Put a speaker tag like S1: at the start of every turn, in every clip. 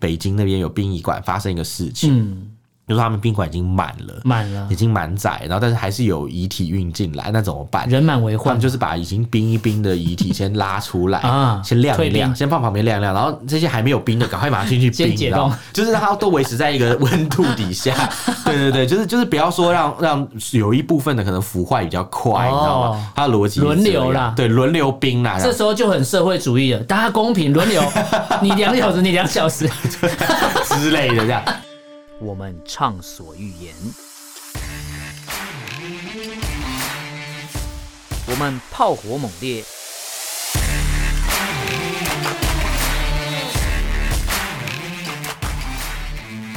S1: 北京那边有殡仪馆发生一个事情，
S2: 嗯，
S1: 就是他们宾馆已经满了，
S2: 满了
S1: 已，经满载，然后但是还是有遗体运进来，那怎么办？
S2: 人满为
S1: 他
S2: 患
S1: 们，就是把已经冰一冰的遗体先拉出来，
S2: 啊
S1: 先晾一
S2: 退
S1: 晾，
S2: 冰
S1: 先放旁边晾一晾，然后这些还没有冰的，赶快马上进去
S2: 先
S1: 冰，
S2: 解
S1: 然后
S2: 冻
S1: 就是让它都维持在一个温度底 下。对对对，就是就是不要说让让有一部分的可能腐坏比较快，你知道
S2: 哦
S1: 吗？它的逻辑是
S2: 轮流
S1: 这样
S2: 啦
S1: 对，轮流冰啦，然
S2: 这
S1: 后
S2: 时候就很社会主义了，大家公平轮流，你两小时，你两小时。
S1: 之类的这 样。
S2: 我们畅所欲言，我们炮火猛烈，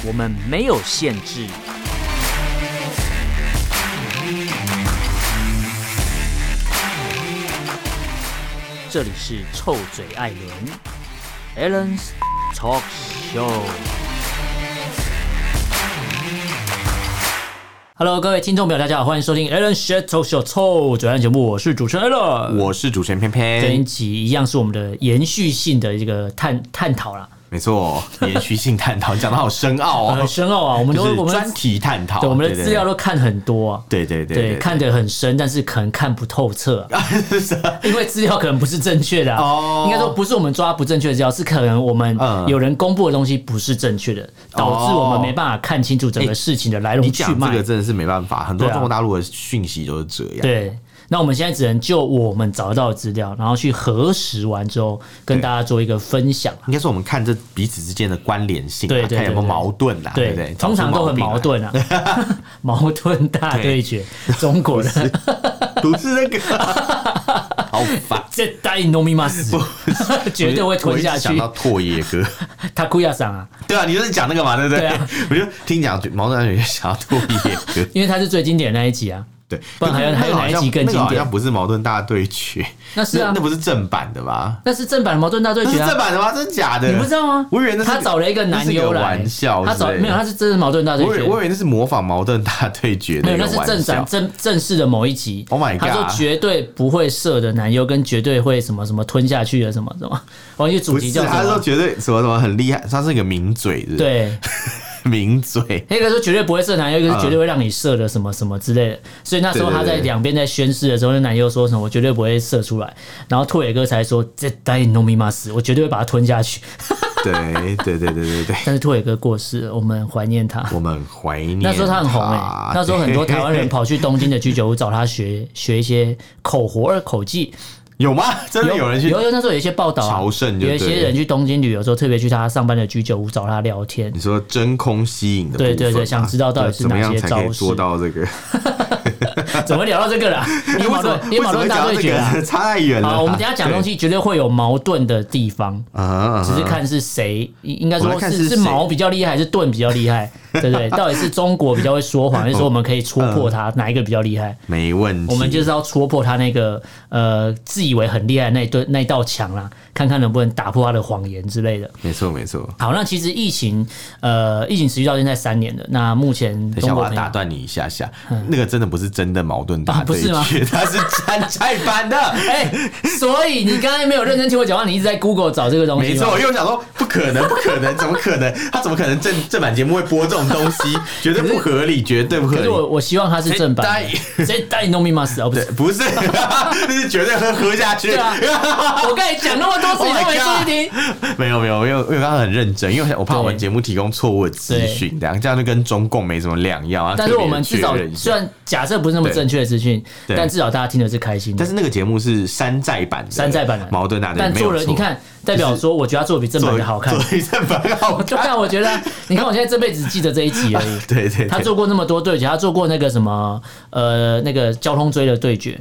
S2: 我们没有限制。这里是臭嘴艾伦，Allen's Talk Show。Hello，各位听众朋友，大家好，欢迎收听 Alan s h a t Talk Show 臭嘴案节目，我是主持人 Alan。
S1: 我是主持人偏
S2: 这一
S1: 偏，
S2: 集一样是我们的延续性的一个探探讨啦，
S1: 没错，延续性探讨，讲的好深奥
S2: 很
S1: 哦，
S2: 深奥啊，我们都
S1: 就是
S2: 我们
S1: 专
S2: 的
S1: 题探讨，
S2: 对我们的
S1: 哦对
S2: 资料。都看很多啊。
S1: 对对对
S2: 对，
S1: 对，
S2: 看得很深，但是可能看不透 彻、啊，因为资料可能不是正确的、啊。
S1: 哦
S2: 应该说不是我们抓不正确的资料，是可能我们
S1: 嗯哦
S2: 有人公布的东西不是正确的，导致我们没办法看清楚整个事情的来龙
S1: 哎你
S2: 去
S1: 讲这
S2: 脉
S1: 个。真的是没办法，很多
S2: 对啊
S1: 中国大陆的讯息都是这样。
S2: 对，那我们现在只能就我们找到的资料，然后去核实完之后，跟
S1: 对
S2: 大家做一个分享。啊
S1: 应该说我们看这彼此之间的关联性啊，
S2: 对对
S1: 看有没有
S2: 对对
S1: 矛盾啊啦，对不对？
S2: 通常都很矛盾啊， 矛盾大 对决，中国人
S1: 找出啊 毛病来，不是那 个，好烦。
S2: 这大印农民嘛死， 绝对会
S1: 我
S2: 吞
S1: 一直
S2: 下
S1: 想
S2: 去。
S1: 到拓野哥，
S2: 他哭亚桑啊，
S1: 对啊，你就是讲那个嘛，对不对？
S2: 对啊
S1: 我就听讲矛盾大学想到拓野哥，
S2: 因为他是最经典的那一集啊。
S1: 对。
S2: 不然还有
S1: 可是那个
S2: 还有哪一
S1: 好像
S2: 集更
S1: 那个
S2: 经典
S1: 好像不是矛盾大对决，
S2: 那是啊
S1: 那，不是正版的吧？
S2: 那是正版的矛盾大对
S1: 那是
S2: 决
S1: 正
S2: 啊。
S1: 版的吗？真的假的？
S2: 你不知道吗？
S1: 我以为那是
S2: 他找了一个男优
S1: 那是个
S2: 来
S1: 玩笑
S2: 他找
S1: 之类的
S2: 没有，他是真的矛盾大对
S1: 我以
S2: 决
S1: 为。我以为那是模仿矛盾大对决的
S2: 没有，
S1: 一
S2: 那
S1: 个
S2: 是
S1: 玩
S2: 正
S1: 笑
S2: 展。正正式的某一集。
S1: Oh my god
S2: 他说绝对不会射的男优，跟绝对会什么什么吞下去的什么什么，忘记主
S1: 不
S2: 题
S1: 是，
S2: 叫
S1: 他
S2: 什
S1: 说
S2: 么。
S1: 绝对什么什么很厉害，他是一个名嘴，是不是，
S2: 对，
S1: 名嘴。
S2: 那个说绝对不会射男优，一个是绝对会让你射的什么什么之类的。所以那时
S1: 嗯
S2: 候
S1: 对对
S2: 他在
S1: 对
S2: 两边在宣誓的时候，那男优说什么我绝对不会射出来，然后拓野哥才说这答应 no me mas，我绝对会把它吞下去。
S1: 对对对对对 对，
S2: 但是拓野哥过世了，我们怀念他。
S1: 我们怀念。啊
S2: 那时候他很红哎、那时候很多台湾人
S1: 对
S2: 跑去东京的居酒屋找他学学一些口活儿口技，
S1: 有吗？真 的有人去？
S2: 有有那时候有一些报道、啊，
S1: 朝圣就
S2: 有
S1: 对
S2: 一
S1: 了
S2: 些人去东京旅游的时候，特别去他上班的居酒屋找他聊天
S1: 你。说真空吸引的部分
S2: 对
S1: 吗，
S2: 对对想知道到底是
S1: 怎么
S2: 哪
S1: 样
S2: 些
S1: 才可以
S2: 招式
S1: 做到这 个？
S2: 怎么聊到这个啦？因为
S1: 为
S2: 矛
S1: 什么
S2: 盾，因
S1: 为
S2: 为
S1: 什么
S2: 矛
S1: 会
S2: 盾
S1: 讲
S2: 大
S1: 到
S2: 对
S1: 这
S2: 决啊
S1: 个？。 差太远了啦。
S2: 好，我们等一下讲的东西绝对会有矛盾的地方，
S1: 对啊，
S2: 只是看是谁，应应该
S1: 我
S2: 说
S1: 来看
S2: 是
S1: 是谁
S2: 是矛比较厉害，还是盾比较 厉害，对不对？到底是中国比较会说谎，还是
S1: 嗯
S2: 说我们可以戳破他哪一个比较厉害？
S1: 没问题。
S2: 我们就是要戳破他那个呃自以为很厉害的那一堆那一道墙啦，看看能不能打破他的谎言之类的。
S1: 没错没错。
S2: 好，那其实疫情，呃，疫情持续到现在三年了。那目前
S1: 等一
S2: 中
S1: 下，
S2: 国
S1: 我要
S2: 朋友嗯
S1: 打断你一下下，那个真的不是真的矛盾
S2: 啊
S1: 大
S2: 不
S1: 对
S2: 是吗
S1: 决， 它是山寨版 的。
S2: 哎、所以你刚才没有认真听我讲话，你一直在 Google 找这个东西。
S1: 没错，，因为我想说，不可能，不可能，怎么可能？他怎么可能正正版节目会播这种东 西？绝对不合理，绝对不合
S2: 可是
S1: 理。
S2: 我我希望它是正版的。谁带你弄密码死啊？不
S1: 对
S2: 是，，
S1: 不是， 那是绝对 Oh 喝喝下去。
S2: 对啊我跟你讲那么多次，你都没注意听。
S1: 没有没有，因为因为我刚刚很认真，因为我怕我们
S2: 对
S1: 节目提供错误的资讯，这样这样就跟中共没什么两样啊。
S2: 但是我们至少
S1: 特别确认一下
S2: 虽然假设不是那么正确的资讯，
S1: 对
S2: 但至少大家听的是开心的
S1: 但。是那个节目是山寨版的，
S2: 山寨版的
S1: 矛盾啊大对，
S2: 但
S1: 没有
S2: 做了
S1: 错
S2: 你看，代表说我觉得它做得比正版的好看
S1: 做。一正版好看。
S2: 对啊，我觉得啊，你看我现在这辈子只记得这一集而已。
S1: 对对，对
S2: 他做过那么多对决，他做过那个什么呃那个交通追的对决，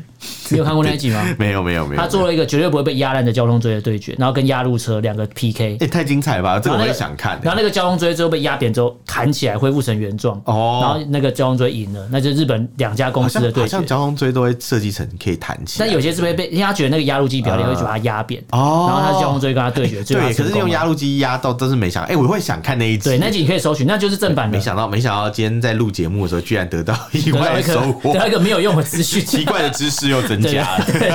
S2: 你有看过那一 集吗？
S1: 没有没有没有，
S2: 他做了一个绝对不会被压烂的交通追的对决，然后跟压路车两个 PK，
S1: 哎太精彩了吧，这个
S2: 然后
S1: 我
S2: 那
S1: 也
S2: 个
S1: 想看。
S2: 然后那个交通追最后被压扁之后弹起来恢复成原状，
S1: 哦
S2: 然后那个交通追赢了，那就是日本两家公
S1: 好
S2: 司
S1: 像
S2: 的对
S1: 好
S2: 决
S1: 像。交通锥都会设计成可以弹起来，
S2: 但有些是被被，因为他觉得那个压路机表演会去把它压扁，
S1: 啊哦
S2: 然后他是交通追跟他 对决，最后他
S1: 对，可是
S2: 成功
S1: 用
S2: 了
S1: 压路机压到，真是没想，哎，我会想看那一集，
S2: 对那集你可以搜寻，那就是正版的
S1: 没，想到没想到今天在录节目的时候，居然得到意
S2: 得到
S1: 外的
S2: 一个
S1: 收
S2: 得
S1: 获，
S2: 到一个没有用的资讯。
S1: 奇怪的知识又增真
S2: 对
S1: 假的。
S2: 对，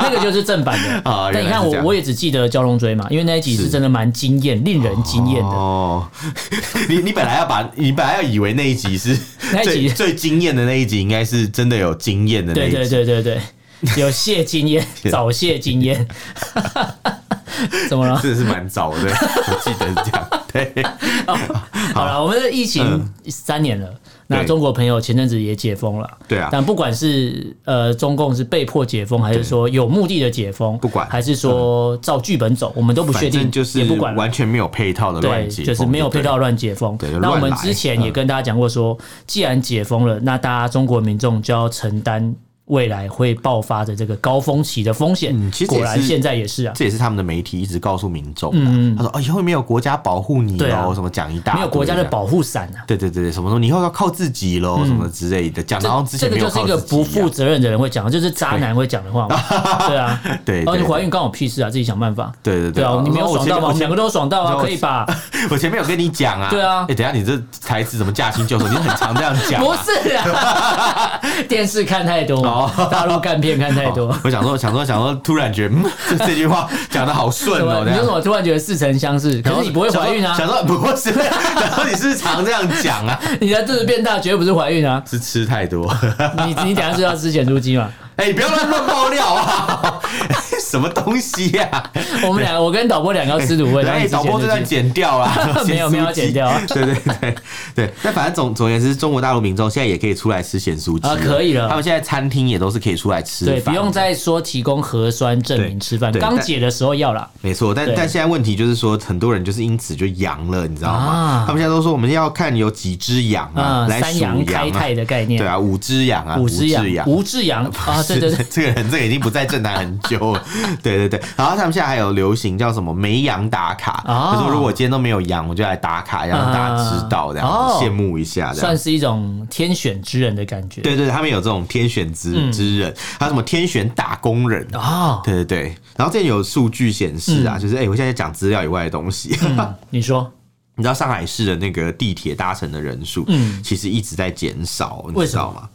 S2: 那个就是正版的
S1: 啊
S2: 但你
S1: 原来
S2: 看
S1: 是这
S2: 我，
S1: 样
S2: 我也只记得蛟龙追嘛，因为那一集是
S1: 是
S2: 真的蛮惊艳，令人惊艳的。
S1: 哦， 你你本来要把你本来要以为那一集是
S2: 那一集
S1: 最最惊艳的那一集，应该是真的有惊艳的那
S2: 对
S1: 一集。
S2: 对对对 对，有谢金燕，早谢金燕，怎么了？
S1: 真的是蛮早的，我记得是这样。对，
S2: 好了，我们的疫情三年了。那
S1: 嗯对
S2: 中国朋友前阵子也解封了，
S1: 对啊
S2: 但不管是呃中共是被迫解封，还是说有目的的解封，
S1: 不管
S2: 还是说照剧本走，我们都不确
S1: 反
S2: 定，
S1: 正就是
S2: 也不管了
S1: 完全没有配套的
S2: 对，
S1: 乱解，
S2: 就是没有配套。乱解封
S1: 对就。
S2: 那我们
S1: 乱来嗯
S2: 之前也跟大家讲过说，既然解封了，那大家中国民众就要承担未来会爆发的这个高峰期的风险。
S1: 嗯其实
S2: 果
S1: 也
S2: 然
S1: 是
S2: 现在也是啊，
S1: 这也是他们的媒体一直告诉民众的，他说：“啊，以后没有国家保护你
S2: 嗯对啊
S1: 哦，什么讲一大堆，
S2: 没有国家的，保护伞啊。
S1: 对对对对，什么什么，你以后要靠自己喽，什么之类的，讲的好像之
S2: 这
S1: 前
S2: 个
S1: 没有
S2: 就是
S1: 靠
S2: 一个
S1: 自己啊
S2: 不
S1: 一
S2: 负
S1: 样
S2: 责任的人会讲的，就是渣男会讲的话嘛。 对啊，
S1: 对
S2: 然后
S1: 对
S2: 你怀
S1: 对
S2: 孕关我屁事啊，自己想办法。
S1: 对对对
S2: 对啊
S1: 哦，
S2: 你没有
S1: 我
S2: 爽
S1: 前
S2: 到
S1: 面
S2: 吗？
S1: 我
S2: 我们
S1: 前
S2: 两个都爽到
S1: 然
S2: 啊，
S1: 后
S2: 可 以吧？
S1: 我前面有跟你讲啊，
S2: 对啊
S1: 哎，等一下你这台词怎么驾轻就熟？你 很常这样讲啊，
S2: 不是 啊，电视看太多
S1: 哦，
S2: 大陆干片看太多。
S1: 我想说，想说，想说，突然觉得，嗯，这这句话讲的好顺
S2: 什
S1: 哦
S2: 么？，
S1: 这
S2: 你
S1: 样
S2: 为什么突然觉得似曾相识？可
S1: 然后
S2: 是你不会怀孕啊
S1: 想，说想说不是， 想说你是不是常这样讲啊？
S2: 你的肚子变大绝对不是怀孕啊！
S1: 是吃太多，
S2: 你你等一下就要吃咸猪鸡嘛？
S1: 哎、你不要乱乱爆料啊！ 什么东西呀、啊？
S2: 我们两个，我跟导播两个要吃卤味，然后
S1: 哎、
S2: 你吃
S1: 导播这
S2: 咸
S1: 段
S2: 猪鸡。，
S1: 剪掉啦
S2: 没有没有要剪掉啊
S1: 咸酥鸡 对对对对，那反正总总而言之，中国大陆民众现在也可以出来吃咸酥鸡
S2: 啊可以了
S1: 他们现在餐厅也都是可以出来吃，
S2: 对，不用。再说提供核酸证
S1: 对
S2: 明吃饭，
S1: 对
S2: 刚
S1: 但
S2: 解的时候要啦。
S1: 没错，但
S2: 对
S1: 但现在问题就是说，很多人就是因此就阳了，你知道吗？
S2: 啊
S1: 他们现在都说我们要看有几只羊啊，
S2: 啊，
S1: 来
S2: 三
S1: 数
S2: 羊开
S1: 啊，
S2: 泰的概
S1: 对
S2: 念，
S1: 啊，五只羊啊，
S2: 五只
S1: 羊
S2: 羊，，吴志 阳啊，对对对，
S1: 这个人这个已经不在政坛很久了， 对对对。然后他们现在还有流行叫什么没羊打卡，
S2: 哦
S1: 就说如果我今天都没有羊，我就来打卡，让大家知道，这样、
S2: 哦
S1: 羡慕一下，这样
S2: 算。是一种天选之人的感觉。
S1: 对对，对他们有这种天选之、
S2: 嗯
S1: 之人，还有什么天选打工人。
S2: 啊，
S1: 对对对，然后这里有数据显示
S2: 嗯
S1: 啊，就是哎、我现在讲资料以外的东西，
S2: 你说
S1: 你知道上海市的那个地铁搭乘的人数，
S2: 嗯
S1: 其实一直在减少，你
S2: 为
S1: 知
S2: 什么
S1: 道吗？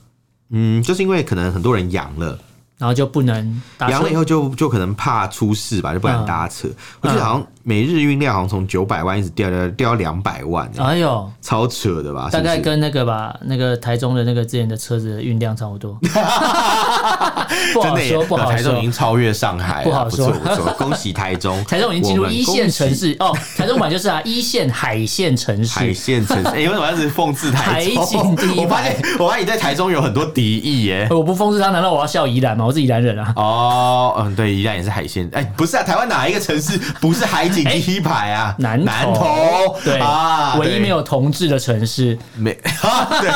S1: 嗯，就是因为可能很多人阳了，
S2: 然后就不能打
S1: 阳
S2: 车
S1: 了以后就就可能怕出事吧，就不
S2: 嗯
S1: 敢搭车。我记得好像每日运量好像从九百万一直掉掉掉到两百万、欸，
S2: 哎呦，
S1: 超扯的吧？
S2: 大概
S1: 是不是
S2: 跟那个吧，那个台中的那个之前的车子的运量差 不多，不好
S1: 真的
S2: 说，
S1: 耶
S2: 不好
S1: 台中已
S2: 说。
S1: 经超越上海了，
S2: 不好说
S1: 不错不错，恭喜台中，
S2: 台中已经进入
S1: 我们
S2: 一线
S1: 恭喜
S2: 城市哦，台中本来就是啊，一线海线城市
S1: 海，线城市，哎、为什么要是讽刺台中？
S2: 海景第一排
S1: 我发现，我发现你对台中有很多敌意耶、
S2: 我不封制他，难道我要笑宜兰吗？我是宜兰人啊。
S1: 哦，嗯，对，宜兰也是海鲜。哎、不是啊，台湾哪一个城市不是海景第一排啊？
S2: 哎南投
S1: 南投，
S2: 对，
S1: 啊，
S2: 唯一
S1: 对
S2: 没有同志的城市，
S1: 没、 啊，对，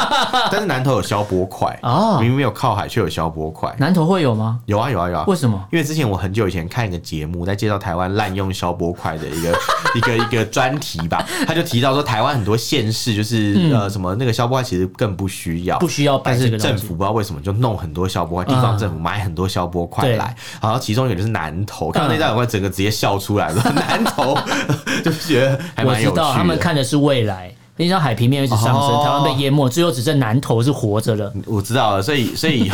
S1: 但是南投有消波块
S2: 哦
S1: 明明没有靠海，却有消波块。
S2: 南投会有吗？
S1: 有啊有啊有啊！
S2: 为什么？
S1: 因为之前我很久以前看一个节目，在介绍台湾滥用消波块的一个 一个一个专题吧，他就提到说台湾很多县市就是、呃什么那个消波块其实更不需要，
S2: 嗯不需要摆
S1: 但
S2: 这
S1: 是
S2: 个
S1: 政
S2: 东西嗯
S1: 府不知道为什么就弄很多消波块，地方政府买很多消波块来，然后其中一个就是南投，看到
S2: 嗯
S1: 那张有块整个直接笑出来了，南投 就是觉得还
S2: 我
S1: 蛮
S2: 知
S1: 有趣
S2: 道
S1: 的。
S2: 他们看的是未来，你知道海平面一直上升，
S1: 哦嗯
S2: 台湾被淹没，最后只剩南投是活着的，
S1: 我知道了，所 以所以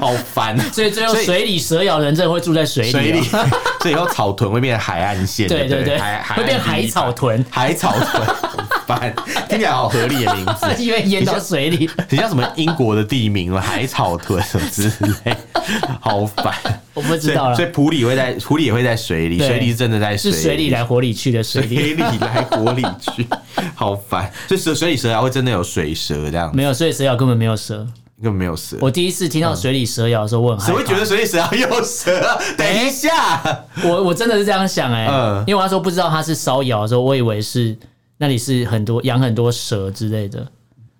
S1: 好烦，
S2: 所以最后
S1: 所以
S2: 水里蛇咬人，真的会住在水
S1: 水
S2: 里
S1: 里
S2: 啊。，
S1: 所以以后草屯会变海岸线，
S2: 对
S1: 对
S2: 对
S1: 不
S2: 对
S1: 海，海
S2: 会变
S1: 岸第
S2: 海
S1: 一
S2: 草屯，
S1: 海草屯，很烦，听起来好合理的名 字，
S2: 啊因为淹到水里。
S1: 很像什么英国的地名了，海草屯什么之类，好烦。
S2: 我不知道了
S1: 所以所以普里会在普里也会在水里，
S2: 对
S1: 水里是真的在
S2: 是水里。来火里去的水
S1: 水
S2: 里，
S1: 里来火里去，好烦！所以蛇水里蛇还啊会真的有水蛇这样，
S2: 没有，所以蛇咬根本没有蛇。
S1: 根本没有蛇。
S2: 我第一次听到水里蛇咬的时候，我很害怕。
S1: 谁会觉得水里蛇要有蛇？啊
S2: 哎
S1: 等一下，
S2: 我我真的是这样想哎、
S1: 嗯
S2: 因为我那时候不知道它是烧窑的时候，我以为是那里是很多养很多蛇之类的。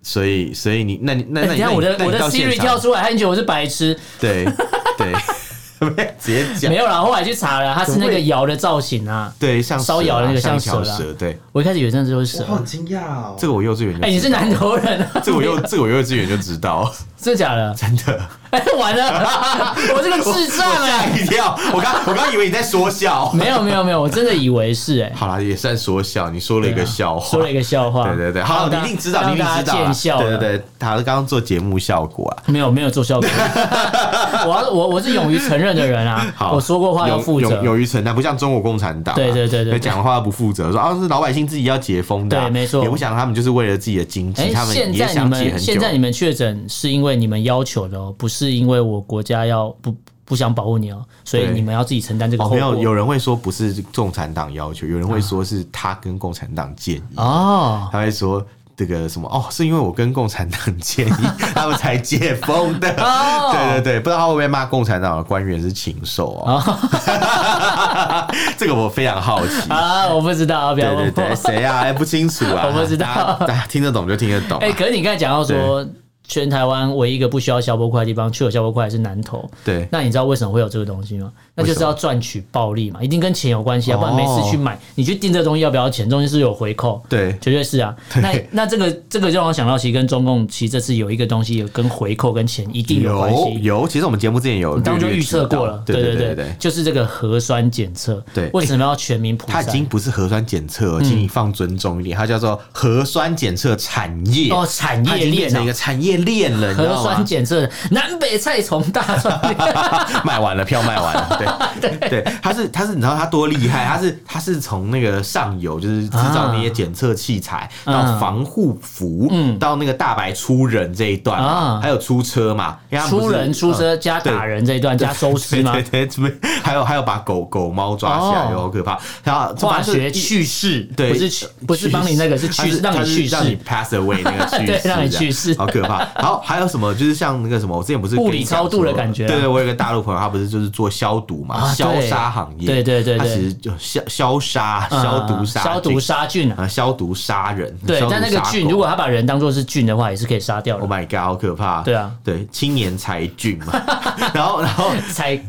S1: 所以所以你那你那
S2: 哎
S1: 那
S2: 等
S1: 你
S2: 一下
S1: 那你
S2: 我的
S1: 那你
S2: 我的
S1: 到现
S2: Siri
S1: 场
S2: 跳出来，他觉得我是白痴，
S1: 对 对，直接讲
S2: 没有啦。后来去查了，它是那个窑的造型啊。
S1: 对，像
S2: 烧
S1: 蛇
S2: 窑
S1: 啊
S2: 那个
S1: 像
S2: 像
S1: 一条
S2: 蛇啊
S1: 蛇，对，
S2: 我一开始以为真的就是蛇。
S3: 我好惊讶哦！
S1: 这个我幼稚园就
S2: 哎、你是
S1: 知道
S2: 南投人 啊？
S1: 这个我幼这个我幼稚园就知道，
S2: 真的假的？
S1: 真的
S2: 哎、完了， 我这个智障
S1: 我
S2: 哎、
S1: 吓一跳，我刚我刚以为你在说笑，
S2: 没有没有没有，我真的以为是哎、
S1: 好啦，也算说笑，你说了一个笑话，
S2: 啊说了一个笑话。
S1: 对对对，
S2: 让
S1: 好，你
S2: 大
S1: 一
S2: 家
S1: 定知道，你一啊定
S2: 让大
S1: 知
S2: 家
S1: 道啦，
S2: 见笑。
S1: 对对，对，他刚刚做节目效果啊，
S2: 没有没有做效果，我要我我是勇于承认的人啊，
S1: 好，
S2: 我说过话要
S1: 勇
S2: 负责
S1: 勇。勇于承担，不像中国共产党啊、
S2: 对对对对对
S1: 讲话不负责，说啊是老百姓自己要解封的啊、
S2: 对没错
S1: 也不想他们就是为了自己的经济，
S2: 哎，
S1: 他们
S2: 现
S1: 也
S2: 在你
S1: 想解
S2: 们
S1: 很久
S2: 现。在你们确诊是因为你们要求的哦，不是因为我国家要不不想保护你哦，所以
S1: 对
S2: 你们要自己承担这个
S1: 哦，
S2: 后
S1: 没有，有
S2: 果。
S1: 人会说不是共产党要求，有人会说
S2: 啊
S1: 是他跟共产党建议，
S2: 哦，
S1: 他会说这个什么哦，是因为我跟共产党建 议，他们才解封的。
S2: 哦
S1: 对对对，不知道他会不会骂共产党的官员是禽兽哦？
S2: 哦
S1: 这个我非常好奇。
S2: 啊，我不知道，不要
S1: 对
S2: 问
S1: 对对，。
S2: 我
S1: 谁啊？哎，不清楚啊，
S2: 我不知道
S1: 大家大家听得懂就听得懂啊。
S2: 哎、可是你刚才讲到说，全台湾唯一一个不需要消波块的地方，却有消波块是南投。
S1: 对，
S2: 那你知道为什么会有这个东西吗？那就是要赚取暴利嘛，一定跟钱有关系啊，
S1: 哦
S2: 不然每次去买，你去订这个东西要不要钱，中间是有回扣，
S1: 对
S2: 绝对是啊。那那这个这个让我想到，其实跟中共其实这次有一个东西有跟回扣跟钱一定有关
S1: 有
S2: 系。
S1: 有，其实我们节目之前有
S2: 当
S1: 略
S2: 中
S1: 略
S2: 预测
S1: 提到
S2: 过了，
S1: 对
S2: 对
S1: 对
S2: 对，就是这个核酸检测，
S1: 对哎
S2: 为什么要全民普
S1: 它
S2: 筛？
S1: 已经不是核酸检
S2: 嗯
S1: 测，请你放尊重一点，它叫做核酸检测产业
S2: 哦产业
S1: 它已经变
S2: 链啊
S1: 成一个产业链了，你知
S2: 核
S1: 道
S2: 酸
S1: 吗？
S2: 检测，南北菜从大蒜店
S1: 卖完了，票卖完了， 对对，它是它是，你知道它多厉害？它是它是从那个上游，就是制造那些检测器材，
S2: 啊
S1: 到防护服，到那个大白出人这一段嘛
S2: 嗯啊，
S1: 还有出车嘛，因为他们不
S2: 出
S1: 是
S2: 人出。车加
S1: 对
S2: 打人这一段加收尸
S1: 对
S2: 吗
S1: 对？对，对还有还有把狗狗猫抓起来，
S2: 哦
S1: 有好可怕。然后
S2: 化
S1: 反正就是
S2: 学去世，
S1: 对，
S2: 不是去不是帮你那个是
S1: 它
S2: 去让
S1: 它
S2: 你
S1: 是
S2: 去
S1: 让你
S2: 世，
S1: pass away 那 个去世，
S2: 对让你去世
S1: 这样好可怕。然后还有什么？就是像那个什么，我之前不是
S2: 物
S1: 跟
S2: 理
S1: 你讲
S2: 超度的
S1: 说
S2: 感觉啊
S1: 对对，我有一个大陆朋友，他不是就是做消毒嘛，
S2: 啊
S1: 消
S2: 对
S1: 杀行业，
S2: 对对对
S1: 他
S2: 对
S1: 其实就消消杀、消毒杀菌、
S2: 嗯消毒杀菌啊。
S1: 啊、消毒杀人，
S2: 对
S1: 消，毒
S2: 但那个
S1: 杀
S2: 菌，
S1: 狗
S2: 如果他把人当做是菌的话，也是可以杀掉
S1: Oh
S2: 的。
S1: my god，好可怕！
S2: 对啊，
S1: 对青年才俊嘛， 然后然 后
S2: 才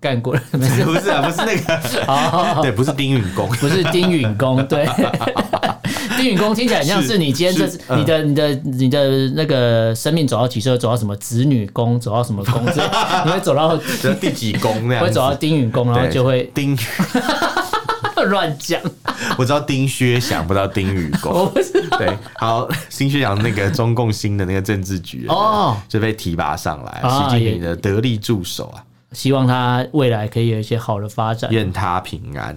S2: 干过了，没事。
S1: 不是啊，不是那个，
S2: 哦，
S1: 对，不是丁允恭，
S2: 不是丁允恭， 对。丁允恭听起来很像
S1: 是
S2: 是你今天这
S1: 是嗯
S2: 次你的你的你的那个生命走到几岁，走到什么子女宫，走到什么宫 之类，你会走到
S1: 就是第几宫那样
S2: 会
S1: 子，
S2: 走到丁允恭，然后
S1: 对
S2: 就会
S1: 丁，
S2: 乱讲。
S1: 我知道丁薛祥，不知道丁允恭。
S2: 我不是
S1: 对，好，新学长那个中共新的那个政治局
S2: 哦
S1: 哦，就被提拔上来，
S2: 啊嗯
S1: 习近平的得力助手啊，
S2: 希望他未来可以有一些好的发展，
S1: 愿他平 安。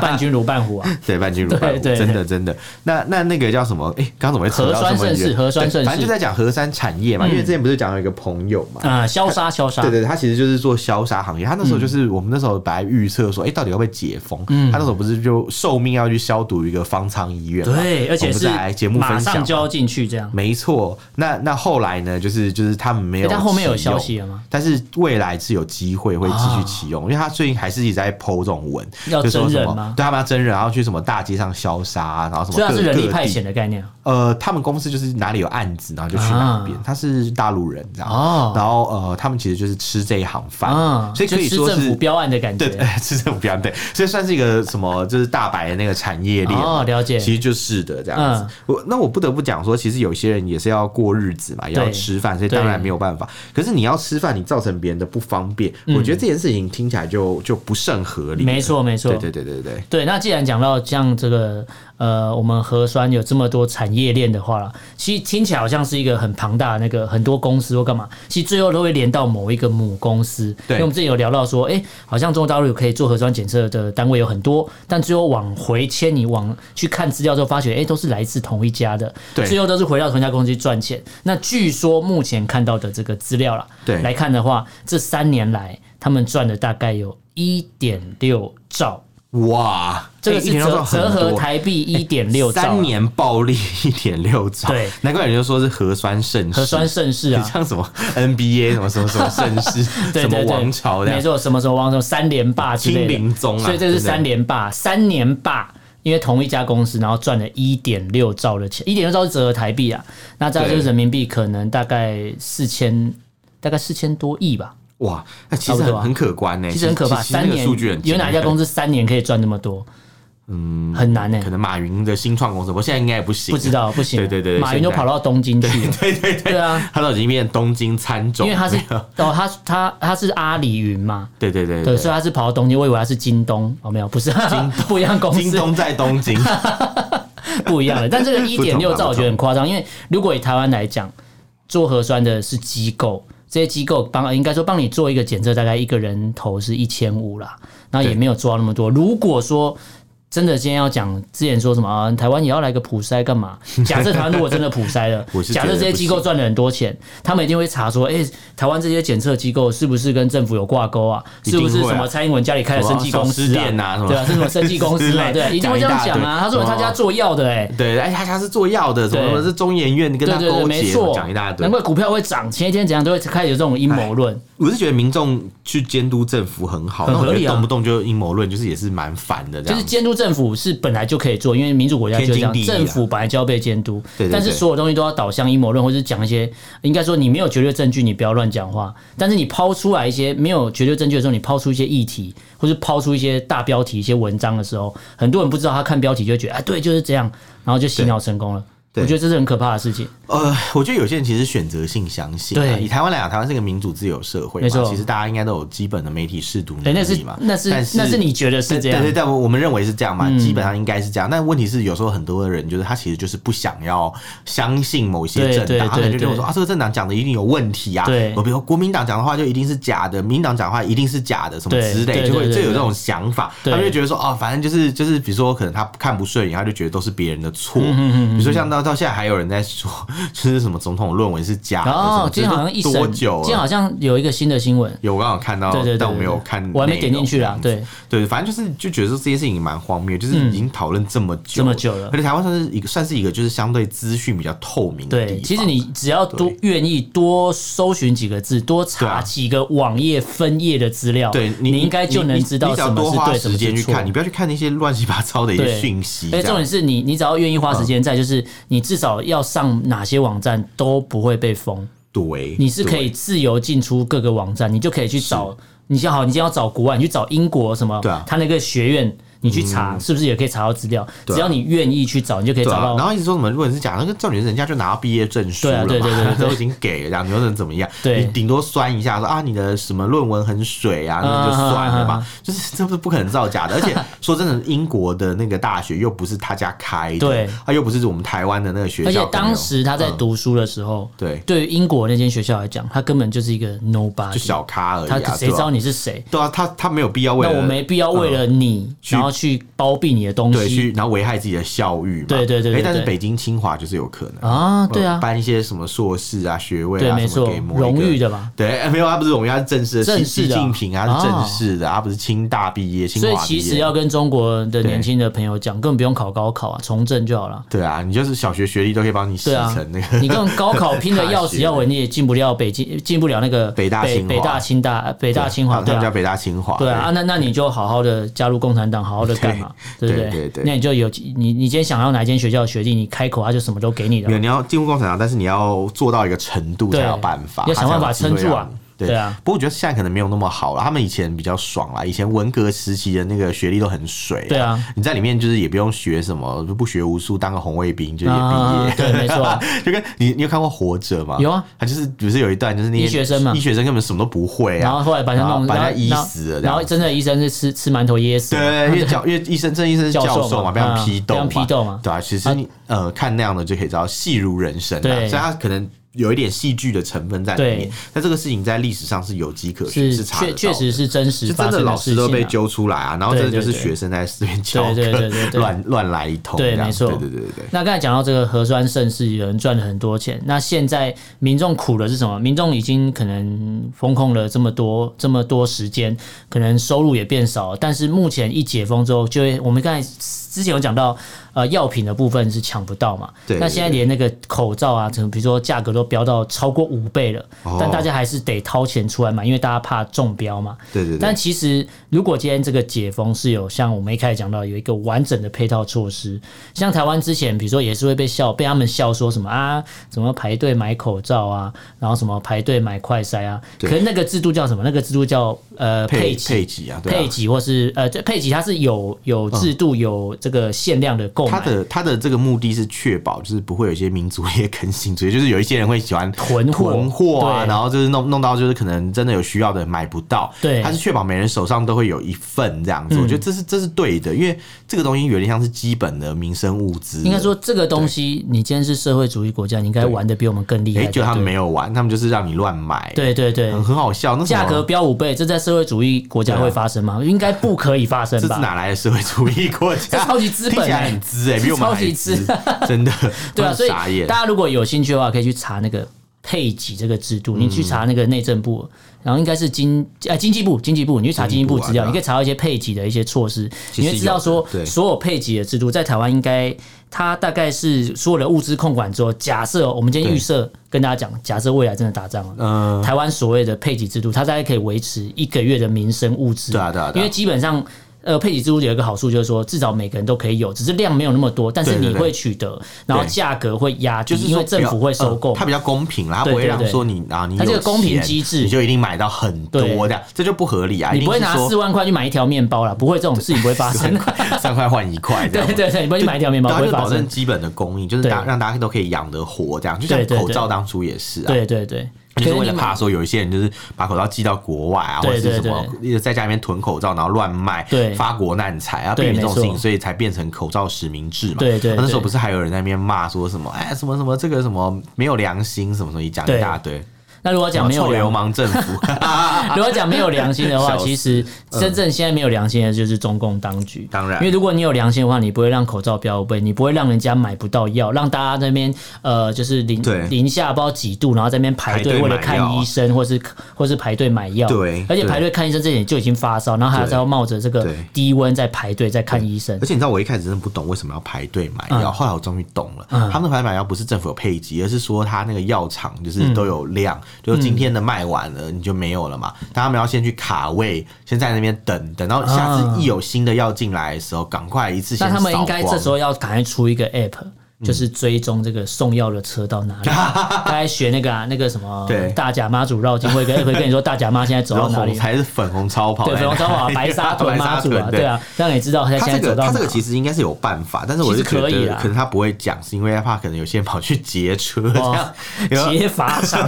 S2: 伴君如伴 虎啊。
S1: 对，半军如伴虎，
S2: 对对
S1: 真的真的。那那那个叫什么？哎，刚刚怎么会扯到这么
S2: 核酸盛世
S1: 远？
S2: 核酸盛嗯
S1: 对
S2: 世
S1: 反正就在讲核酸产业嘛，因为之前不是讲有一个朋友嘛。
S2: 啊、消杀消杀，
S1: 对对，他其实就是做消杀行业。他那时候就是我们那时候本来预测说，哎，到底要不要解封？
S2: 嗯
S1: 他那时候不是就受命要去消毒一个方舱医院嘛？
S2: 对而且
S1: 我们
S2: 是
S1: 在节目
S2: 马
S1: 分享
S2: 上
S1: 嘛
S2: 就要进去这样。
S1: 没错，那那后来呢？就是就是他们没有
S2: 诶
S1: 启用，
S2: 但后面有消息了吗啊
S1: 但是未来是有机会会继续启用，因为他最近还是一直在剖这种文，
S2: 要
S1: 就说
S2: 真
S1: 什
S2: 人
S1: 么
S2: 吗
S1: 对他们要真人，然后去什么大街上消杀啊，然后什么
S2: 所以
S1: 各
S2: 它是人力派。
S1: 各
S2: 遣
S1: 地
S2: 的概念啊，
S1: 呃，他们公司就是哪里有案子，然后就去哪边。
S2: 啊
S1: 他是大陆人，这样。
S2: 哦
S1: 然后呃，他们其实就是吃这一行饭，
S2: 啊，
S1: 所以可以
S2: 就
S1: 说
S2: 吃政府
S1: 是。
S2: 标案的感
S1: 对，
S2: 觉。
S1: 呃吃这种比较对，所以算是一个什么，就是大白的那个产业链嘛
S2: 哦了解
S1: 其实就是的这样子
S2: 嗯。
S1: 我那我不得不讲说，其实有些人也是要过日子嘛，也要
S2: 对
S1: 吃饭，所以当然没有办法。可是你要吃饭，你造成别人的不方便，我觉得这件事情听起来就就不甚合理。
S2: 嗯没，错，没错。
S1: 对对对对对，
S2: 对，那既然讲到像这个呃，我们核酸有这么多产业链的话啦，其实听起来好像是一个很庞大的那个很多公司或干嘛，其实最后都会连到某一个母公司。
S1: 对
S2: 因为我们之前有聊到说，哎、好像中国大陆有可以做核酸检测的单位有很多，但最后往回迁，你往去看资料之后，发觉哎、诶都是来自同一家的，
S1: 对
S2: 最后都是回到同一家公司去赚钱。那据说目前看到的这个资料啦，
S1: 对
S2: 来看的话，这三年来他们赚了大概有一点六兆。
S1: 哇，
S2: 这个
S1: 哎一
S2: 是
S1: 天都
S2: 折
S1: 赚很
S2: 折合
S1: 多哎
S2: 台币一点六兆啊，
S1: 三年暴利一点六兆，
S2: 对
S1: 难怪有人就说是核酸盛世，
S2: 核酸盛世
S1: 你
S2: 啊。
S1: 像什么 NBA 什么什么什么盛世，
S2: 对
S1: 什么
S2: 对对，
S1: 王朝
S2: 没
S1: 的，啊
S2: 错，什么什么王朝，三连霸之类的，
S1: 清明宗啊
S2: 所以这是
S1: 真的
S2: 三连霸，三年霸，因为同一家公司，然后赚了一点六兆的钱，一点六兆是折合台币啊，那再来就是
S1: 对
S2: 人民币可能大概四千，大概四千多亿吧，
S1: 哇，那其
S2: 差
S1: 实
S2: 不多
S1: 很
S2: 啊
S1: 很可观呢，
S2: 其实很可怕，
S1: 哎其那
S2: 三
S1: 个
S2: 年
S1: 数据很惊
S2: 有
S1: 人
S2: 哪一家公司三年可以赚那么多？嗯，很难呢、
S1: 可能马云的新创公司，我现在应该也不行，
S2: 不知，道，不行啊，
S1: 对对对
S2: 马云
S1: 现
S2: 都
S1: 在
S2: 跑到东京去了，
S1: 对对对，
S2: 对啊，
S1: 他都已经变东京参种，
S2: 因为 他是
S1: 没有
S2: 哦，他他他是阿里云嘛，
S1: 对对对
S2: 对，所以他是跑到东京，我以为他是京东，哦，没有，不是， 不一样公
S1: 京
S2: 司，
S1: 东在东京，
S2: 不一样的。但这个一
S1: 不
S2: 点
S1: 同
S2: 六
S1: 吧
S2: 兆我觉得很夸张，因为如果以台湾来讲，做核酸的是机构，这些机构帮应该说帮你做一个检测，大概一个人头是一千五啦，然后也
S1: 对
S2: 没有抓那么多。如果说真的今天要讲之前说什么啊，台湾也要来个普筛干 嘛？假设台湾如果真的普筛了
S1: 我，是觉
S2: 假
S1: 得
S2: 设这些机构赚了很多钱，他们一定会查说，哎、台湾这些检测机构是不是跟政府有挂钩啊？
S1: 一
S2: 是
S1: 定
S2: 不
S1: 会啊
S2: 是什么蔡英文家里开的生技公
S1: 什么小
S2: 司
S1: 吃
S2: 啊？
S1: 店啊什么
S2: 对啊，是什么生技公司啊？
S1: 之类
S2: 对啊，一定会这样
S1: 讲
S2: 讲啊。
S1: 一大堆
S2: 他说他家做药的、哎。
S1: 对，而且他是做药的，什么
S2: 对
S1: 是中研院跟
S2: 对
S1: 他
S2: 对对，
S1: 勾
S2: 没
S1: 结，
S2: 错，
S1: 讲一大堆
S2: 难。怪股票会涨，前一天怎样都会开始有这种阴谋论。
S1: 我是觉得民众去监督政府很好，
S2: 很
S1: 那我
S2: 合
S1: 觉
S2: 理
S1: 得
S2: 啊
S1: 动不动就阴谋论，就是也是蛮烦的这
S2: 就是
S1: 样。
S2: 监督政府是本来就可以做，因为民主国家就是这样，
S1: 天经地义啊
S2: 政府本来就要被监督。
S1: 对对对
S2: 但是所有东西都要导向阴谋论，或者是讲一些应该说你没有绝对证据，你不要乱讲话。但是你抛出来一些没有绝对证据的时候，你抛出一些议题，或是抛出一些大标题、一些文章的时候，很多人不知道他看标题就会觉得啊，对，就是这样，然后就洗脑成功了。
S1: 对
S2: 我觉得这是很可怕的事情。
S1: 呃，我觉得有些人其实选择性相信啊。
S2: 对
S1: 以台湾来讲，台湾是一个民主自由社会
S2: 没
S1: 嘛，
S2: 错
S1: 其实大家应该都有基本的媒体试读
S2: 对，
S1: 能
S2: 哎那是
S1: 力嘛。
S2: 那是
S1: 但
S2: 那是你觉得是这样
S1: 对对，但我我们认为是这样嘛，
S2: 嗯
S1: 基本上应该是这样。但问题是，有时候很多的人就是他其实就是不想要相信某些
S2: 对
S1: 政
S2: 对
S1: 党，他可能
S2: 对
S1: 就跟我
S2: 对
S1: 说啊，这个政党讲的一定有问题啊。
S2: 对
S1: 我比如说国民党讲的话就一定是假的，民党讲的话一定是假的，什么
S2: 对
S1: 之
S2: 对
S1: 类，
S2: 对
S1: 就会
S2: 对
S1: 就有
S2: 对
S1: 这种想法，他
S2: 对
S1: 们就觉得说哦，反正就是就是，比如说可能他看不顺眼，他就觉得都是别人的错。
S2: 嗯
S1: 比如说像到到现在还有人在说，就是什么总统论文是假的，
S2: 然
S1: 什
S2: 后
S1: 么
S2: 哦今天好像一
S1: 这
S2: 审，
S1: 都多久
S2: 今天好
S1: 了？
S2: 像有一个新的新闻，
S1: 有我刚好看到，
S2: 对对对
S1: 但我没有
S2: 对对
S1: 看内容，
S2: 我还没点进去啦。对，
S1: 对，反正就是就觉得说这件事情蛮荒谬，就是已经讨论这么久、
S2: 嗯这么久了
S1: 而且台湾算是一个算是一个就是相对资讯比较透明的地
S2: 对，
S1: 方。
S2: 其实你只要多愿意多搜寻几个字，多
S1: 对
S2: 查
S1: 啊
S2: 几个网页分页的资料，
S1: 对
S2: 你应该就能知
S1: 你
S2: 道
S1: 你只要
S2: 什么
S1: 多
S2: 是
S1: 花
S2: 对，什么
S1: 时间
S2: 是
S1: 去
S2: 错
S1: 看，。你不要去看那些乱七八糟的一些
S2: 对
S1: 讯息。
S2: 而且重点是你，你只要愿意花时
S1: 嗯
S2: 间在，就是你至少要上哪些网站都不会被封，
S1: 对，
S2: 你是可以自由进出各个网站，你就可以去找。你想好，你今天要找国外，你去找英国什么，
S1: 对啊嗯
S2: 他那个学院，你去查、是不是也可以查到资料？
S1: 啊
S2: 只要你愿意去找，你就可以
S1: 对对
S2: 找
S1: 啊，然
S2: 到。
S1: 后一直说什么，如果你是假的，那个照理人家就拿到毕业证书
S2: 对
S1: 了
S2: 啊
S1: 嘛，
S2: 对对对对对
S1: 都已经给了，然后你又能怎么样？
S2: 对
S1: 你顶多酸一下说啊，你的什么论文很水啊，那就算了
S2: 啊啊啊
S1: 吧。就是这不不可能造假的，而且说真的，英国的那个大学又不是他家开的，
S2: 对
S1: 啊，又不是我们台湾的那个学校可
S2: 而
S1: 能
S2: 且
S1: 有，
S2: 当时他在读书的时候，
S1: 对
S2: 对于英国那间学校来讲，他根本就是一个 nobody，
S1: 就小咖而已
S2: 他
S1: 啊，
S2: 谁知道
S1: 你？
S2: 你是谁？
S1: 对啊，他他没有必要为
S2: 那
S1: 了嗯
S2: 我没必要为了你，然后去包庇你的东
S1: 对
S2: 西
S1: 去然后危害自己的校誉嘛，
S2: 对对对对
S1: 哎但是
S2: 对
S1: 北京清华就是有可能。
S2: 啊！对啊，
S1: 颁一些什么硕士啊、学位
S2: 对，
S1: 啊，
S2: 没
S1: 什么
S2: 错
S1: 给，某一个
S2: 荣誉的嘛。
S1: 对，哎没有，他不是荣誉，他是正式的，
S2: 正
S1: 习
S2: 式
S1: 习
S2: 的啊
S1: 近平啊，他是
S2: 哦
S1: 正式的，他不是清大毕业，清华
S2: 所
S1: 毕
S2: 以
S1: 业。
S2: 其实要跟中国的
S1: 对
S2: 年轻的朋友讲，根本不用考高考啊，从政就 好了。
S1: 对啊，你就是小学学历都可以帮你洗
S2: 对啊
S1: 成那个，
S2: 你跟高考拼的要
S1: 大
S2: 死
S1: 学
S2: 要活，你也进不了北京，进不了那个
S1: 北大
S2: 北
S1: 清华
S2: 北大清大北大清华，
S1: 他
S2: 对
S1: 们叫
S2: 啊，
S1: 北大清华，
S2: 对啊，啊那那你就好好的加入共产党，好好的干嘛，对
S1: 对
S2: 不
S1: 对对对
S2: 那你就有你你今天想要哪一间学校的学历，你开口他啊就什么都给你的
S1: 没有，。你要进入共产党，但是你要做到一个程度
S2: 对
S1: 才有办法，
S2: 要想办法
S1: 他才有机会
S2: 撑住啊
S1: 让你。对
S2: 对啊，
S1: 不过我觉得现在可能没有那么好了。他们以前比较爽啦，以前文革时期的那个学历都很水、
S2: 对啊，
S1: 你在里面就是也不用学什么，就不学无术，当个红卫兵就也毕业。
S2: 啊对没错
S1: 就跟你你有看过《活着》吗？
S2: 有啊，
S1: 他就是不是有一段就是那些
S2: 医学生嘛
S1: 医学生根本什么都不会啊，
S2: 然后后来把他
S1: 然后
S2: 弄，
S1: 把
S2: 然
S1: 他
S2: 后
S1: 医
S2: 然后
S1: 死了这
S2: 然
S1: 样
S2: 后
S1: 子。
S2: 真的医生是吃吃馒头噎死，啊
S1: 对，因为教因为医生，这医生是
S2: 教授
S1: 教授
S2: 嘛
S1: 嘛，被他们
S2: 嗯
S1: 批斗
S2: 被
S1: 嘛，
S2: 他们批斗嘛
S1: 对啊，其实你呃看那样的就可以知道戏如人生啊，所
S2: 对
S1: 以他可能有一点戏剧的成分在里
S2: 对
S1: 面。但这个事情在历史上是有迹可循，
S2: 是
S1: 是查得
S2: 确
S1: 到
S2: 确实
S1: 的。
S2: 是真实
S1: 就
S2: 发
S1: 真
S2: 生
S1: 的
S2: 的
S1: 老
S2: 事
S1: 师
S2: 情啊、
S1: 都被揪出来啊，然后
S2: 对
S1: 真的就是
S2: 对对
S1: 学生在这边教
S2: 对对对对
S1: 课，
S2: 对
S1: 乱乱来一通这
S2: 对
S1: 样，
S2: 没错
S1: 对对对对对。
S2: 那刚才讲到这个核酸盛世，有人赚了很多钱。那现在民众苦的是什么？民众已经可能风控了这么多这么多时间，可能收入也变少了。但是目前一解封之后，就会我们刚才之前有讲到，呃，药品的部分是抢不到嘛。
S1: 对
S2: 那现在连那个口罩啊，可能比如说价格都飙到超过五倍了，
S1: 哦
S2: 但大家还是得掏钱出来买，因为大家怕中标嘛。
S1: 对对对，
S2: 但其实，如果今天这个解封是有像我们一开始讲到有一个完整的配套措施，像台湾之前，比如说也是会被笑，被他们笑说什么啊，怎么排队买口罩啊，然后什么排队买快筛啊，可
S1: 对
S2: 是那个制度叫什么？那个制度叫呃
S1: 配
S2: 给。
S1: 给啊，对啊
S2: 配给或是呃，这配给它是有有制度、有这个限量的购购
S1: 他
S2: 买。
S1: 的他的这个目的是确保就是不会有一些民族业更新，所以就是有一些人会喜欢
S2: 囤货
S1: 囤货啊，
S2: 对
S1: 然后就是弄弄到就是可能真的有需要的人买不到，
S2: 对嗯
S1: 他是确保每人手上都会有一份这样子，我觉得这是这是对的，因为这个东西有点像是基本的民生物资，
S2: 应该。说这个东西，你今天是社会主义国家，你应该玩的比我们更厉
S1: 哎、
S2: 害。
S1: 就他们
S2: 对
S1: 没嗯有玩，他们就是让你乱买，，
S2: 对对对，
S1: 很很好笑。那什么
S2: 价格飙五倍，这在社会主义国家会发生吗？应该不可以发生
S1: 这是
S2: 吧？
S1: 哪来的社会主义国家？
S2: 这超级资本
S1: 听起来
S2: 欸
S1: 很资哎、比我们
S2: 超
S1: 还
S2: 级
S1: 资，真的。
S2: 对
S1: 我
S2: 啊，
S1: 很
S2: 所以
S1: 傻眼。
S2: 大家如果有兴趣的话，可以去查那个配给这个制度，你去查那个内政部，
S1: 嗯
S2: 然后应该是经呃经济部，经济部，你去查经济部
S1: 经
S2: 资料，
S1: 济部啊对啊
S2: 你可以查到一些配给的一些措施，
S1: 其
S2: 你
S1: 实
S2: 会知道说
S1: 有的对
S2: 所有配给的制度在台湾应该。它大概是所有的物资控管之后，假设我们今天预设跟大家讲，假设未来真的打仗了，
S1: 嗯
S2: 台湾所谓的配给制度，它大概可以维持一个月的民生物资。
S1: 对啊对啊对啊
S2: 因为基本上。呃，配给制度有一个好处，就是说至少每个人都可以有，只是量没有那么多，但是
S1: 对对
S2: 你
S1: 对
S2: 会取得，然后
S1: 对
S2: 价格会压低，
S1: 就是
S2: 因
S1: 说
S2: 为政府会收购
S1: 比较呃
S2: 嘛。
S1: 它比较公平啦，它
S2: 对
S1: 不会
S2: 对
S1: 让
S2: 对
S1: 说你啊，你
S2: 它这
S1: 有
S2: 个公平
S1: 钱
S2: 机制
S1: 你就一定买到很多
S2: 对
S1: 这样，这就不合理啊！
S2: 你不会
S1: 一定
S2: 拿
S1: 是
S2: 四
S1: 说
S2: 万块去买一条面包啦，不会这种事情不会发生。
S1: 三块换一 块这
S2: 对
S1: 样。
S2: 对对，你不会去买一条面包，
S1: 然
S2: 不
S1: 后
S2: 会
S1: 就
S2: 发
S1: 保
S2: 生
S1: 证。基本的供应，就是
S2: 对
S1: 大让大家都可以养得活，这样就像
S2: 对对对
S1: 口罩当初也是啊，
S2: 对对对，
S1: 就是为了
S2: 可你
S1: 怕说有一些人就是把口罩寄到国外啊，或
S2: 对
S1: 者是什
S2: 对
S1: 么一直在家里面囤口罩，然后乱卖，
S2: 对
S1: 发国难财啊，避
S2: 对
S1: 免这种
S2: 没错
S1: 事情，所以才变成口罩实名制嘛。
S2: 对对
S1: 那那时候
S2: 对
S1: 不是还有人在那边骂说什么，哎，什么什么这个什么没有良心，什么什么一讲
S2: 对
S1: 一大堆，
S2: 那如果讲没有
S1: 臭
S2: 良
S1: 流氓政 府。
S2: 如果讲没有良心的话，
S1: 笑死
S2: 其实真正现在没有良心的就是中共当局。
S1: 当然
S2: 因为如果你有良心的话，你不会让口罩标倍，你不会让人家买不到药，让大家在那边呃就是零
S1: 对
S2: 零下不知道几度，然后在那边排
S1: 排
S2: 队
S1: 队
S2: 为了
S1: 买
S2: 看
S1: 药啊
S2: 医生，或是或是排队买药。
S1: 对
S2: 而且
S1: 对
S2: 排队看医生这点就已经发烧，然后还
S1: 对
S2: 要冒着这个
S1: 对
S2: 低温在排队在看医生
S1: 而。且你知道，我一开始真的不懂为什么要排队买药，
S2: 嗯
S1: 后来我终于懂了。他们的排队买药不是政府有配给，而是说他那个药厂就是
S2: 嗯
S1: 都有量，就是今天的卖完了你就没有了嘛。但他们要先去卡位，先在那边等，等到下次一有新的药进来的时候，赶快一次先嗯
S2: 那他们应该这时
S1: 候
S2: 候要赶快出一个 app。就是追踪这个送药的车到 哪里，大概学那个啊，那个什么
S1: 对
S2: 大甲妈祖绕境，会跟会跟你说大甲妈现在走
S1: 然
S2: 到
S1: 后
S2: 哪
S1: 红
S2: 里，
S1: 才是粉红超跑，
S2: 对，粉红超 跑啊、白沙屯妈祖啊，对。啊，让你知道他
S1: 他
S2: 现在
S1: 这
S2: 走
S1: 个
S2: 到
S1: 他
S2: 哪
S1: 这。个其实应该是有办法，但是我
S2: 其
S1: 是
S2: 实
S1: 觉得，
S2: 可以啦
S1: 可能他不会讲，是因为他怕可能有些人跑去劫车这样， 然后
S2: 劫法场，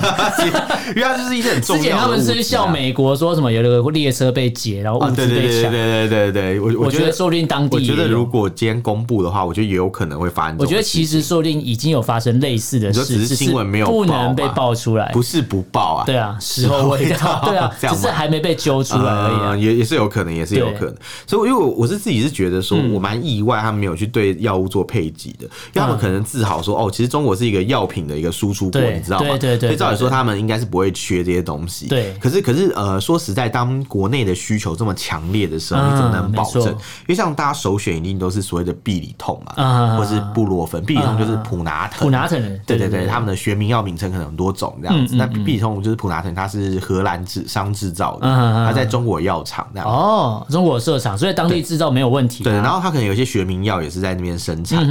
S1: 因为他就是一些很 重
S2: 之
S1: 要的物资啊。
S2: 前他们是去笑美国说什么有那个列车被劫，然后
S1: 啊，
S2: 物
S1: 对
S2: 资
S1: 对
S2: 被
S1: 对对
S2: 抢。
S1: 对对对，我
S2: 我
S1: 觉
S2: 觉
S1: 得
S2: 得说不定当地
S1: 我觉得
S2: 也有
S1: 如果今天公布的话，我觉得也有可能会发生这种事情。
S2: 我觉得其实说不定已经有发生类似的
S1: 你说只
S2: 事，
S1: 是
S2: 只
S1: 新闻没有
S2: 不
S1: 报
S2: 能
S1: 嘛
S2: 被爆出来。
S1: 不是不报啊，
S2: 对啊，时候未到，对啊，
S1: 这
S2: 只
S1: 样
S2: 是
S1: 吗？
S2: 还没被揪出来而已啊
S1: 嗯。也也是有可能，也是有
S2: 对嗯
S1: 可能。所以，因为我我是自己是觉得说，我蛮意外他们没有去对药物做配给的，因为他们
S2: 嗯
S1: 可能自豪说，哦，其实中国是一个药品的一个输出国，
S2: 对
S1: 你知道吗？
S2: 对对对
S1: 所以照理
S2: 对
S1: 说，他们应该是不会缺这些东西。
S2: 对
S1: 可是可是呃，说实在，当国内的需求这么强烈的时候，你怎么能
S2: 嗯
S1: 保证？
S2: 没错
S1: 因为像大家首选一定都是所谓的必理痛嘛，
S2: 嗯
S1: 或是布洛芬，必理痛
S2: 啊
S1: 就是普拿疼，
S2: 普拿疼人
S1: 对
S2: 对
S1: 对
S2: 对
S1: 对，
S2: 对
S1: 他们的学名药名称可能很多种这样子。
S2: 嗯嗯
S1: 那必理痛就是普拿疼，它是荷兰制商制造的，
S2: 嗯嗯嗯
S1: 它在中国药厂这样。
S2: 哦，中国有设厂，所以当地制造没有问题、啊。嗯
S1: 对，然后它可能有一些学名药也是在那边生产。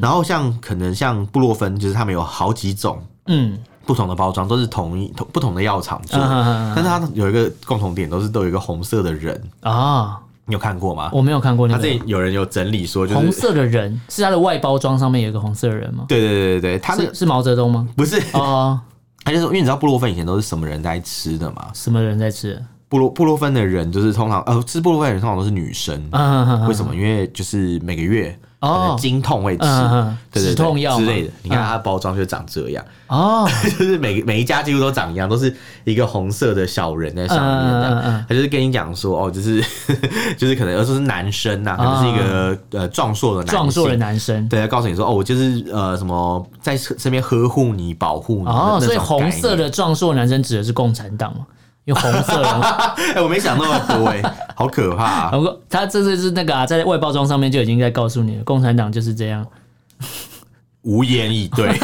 S1: 然后像可能像布洛芬，就是他们有好几种
S2: 嗯，
S1: 不同的包装，都是同一同不同的药厂做的
S2: 嗯嗯嗯嗯
S1: 但是它有一个共同点，都是都有一个红色的人。
S2: 啊、
S1: 你有看过吗？
S2: 哦我没有看过那
S1: 他
S2: 个
S1: 这里有人有整理说，就
S2: 红
S1: 是
S2: 色的人，是他的外包装上面有一个红色的人吗？
S1: 对对对对对，他那
S2: 是是毛泽东吗？
S1: 不是，
S2: 哦，
S1: 他就说，因为你知道布洛芬以前都是什么人在吃的嘛？
S2: 什么人在吃？
S1: 布洛布洛芬的人就是通常呃吃布洛芬的人通常都是女生，
S2: 嗯嗯嗯，
S1: 为什么？因为就是每个月可
S2: 哦
S1: 能经痛会吃，
S2: 嗯嗯
S1: 对对对
S2: 止痛药
S1: 之
S2: 嘛嗯
S1: 类的。你看它的包装就长这样，
S2: 哦，
S1: 就是每每一家几乎都长一样，都是一个红色的小人在上面这
S2: 嗯嗯嗯
S1: 样
S2: 嗯。
S1: 他就是跟你讲说，哦，就是 就是可能，呃而说是男生呐、可能是一个呃壮硕的男性
S2: 哦壮硕的。男生。
S1: 对，告诉你说哦，我就是呃什么在身边呵护你、保护你。
S2: 哦，
S1: 那
S2: 所以红色，
S1: 那种
S2: 的壮硕男生指的是共产党嘛？因为红 色的，
S1: 概 念哎，我没想那么多哎，好可怕、啊。
S2: 然后他这次是那个啊，在外包装上面就已经在告诉你了，共产党就是这样。
S1: 无言以对。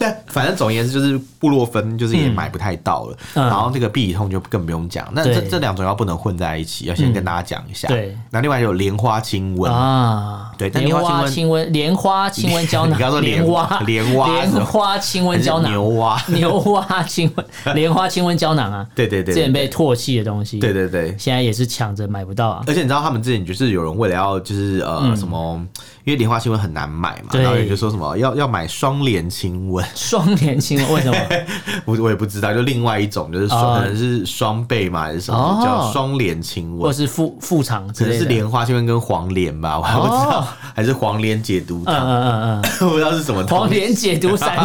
S1: 但反正总而言之，就是布洛芬就是也买不太到了，
S2: 嗯
S1: 然后这个必理痛就更不用讲。那这
S2: 对
S1: 这两种药不能混在一起，要先跟大家讲一下。
S2: 对，
S1: 那另外有莲花清瘟，
S2: 啊，
S1: 对但
S2: 莲
S1: 莲花
S2: 花
S1: 清
S2: 清瘟，莲花清瘟胶
S1: 你
S2: 囊，
S1: 刚说莲
S2: 花，
S1: 莲花
S2: 莲花清
S1: 还
S2: 瘟
S1: 是
S2: 胶囊，
S1: 牛蛙，
S2: 牛蛙清瘟，莲花清瘟胶囊啊，
S1: 对对对
S2: 之前被唾弃的东西，
S1: 对，对对。
S2: 现在也是抢着买不到啊，
S1: 而且你知道他们之前就是有人为了要就是呃、什么，因为莲花清瘟很难买嘛，
S2: 嗯对
S1: 然后有人就说什么要要买双联清瘟，
S2: 双联清瘟为什么？
S1: 我我也不知道，就另外一种就是双、
S2: 哦
S1: 可能是双倍嘛还是什么，
S2: 哦
S1: 叫双联清
S2: 或
S1: 瘟。
S2: 是副副厂之
S1: 可能
S2: 类
S1: 是
S2: 的，
S1: 莲花清瘟跟黄连吧，我还不知道，还是黄连解毒
S2: 嗯
S1: 汤，
S2: 嗯嗯嗯，
S1: 我不知道是什 么
S2: 黄
S1: 东西。
S2: 连解毒散，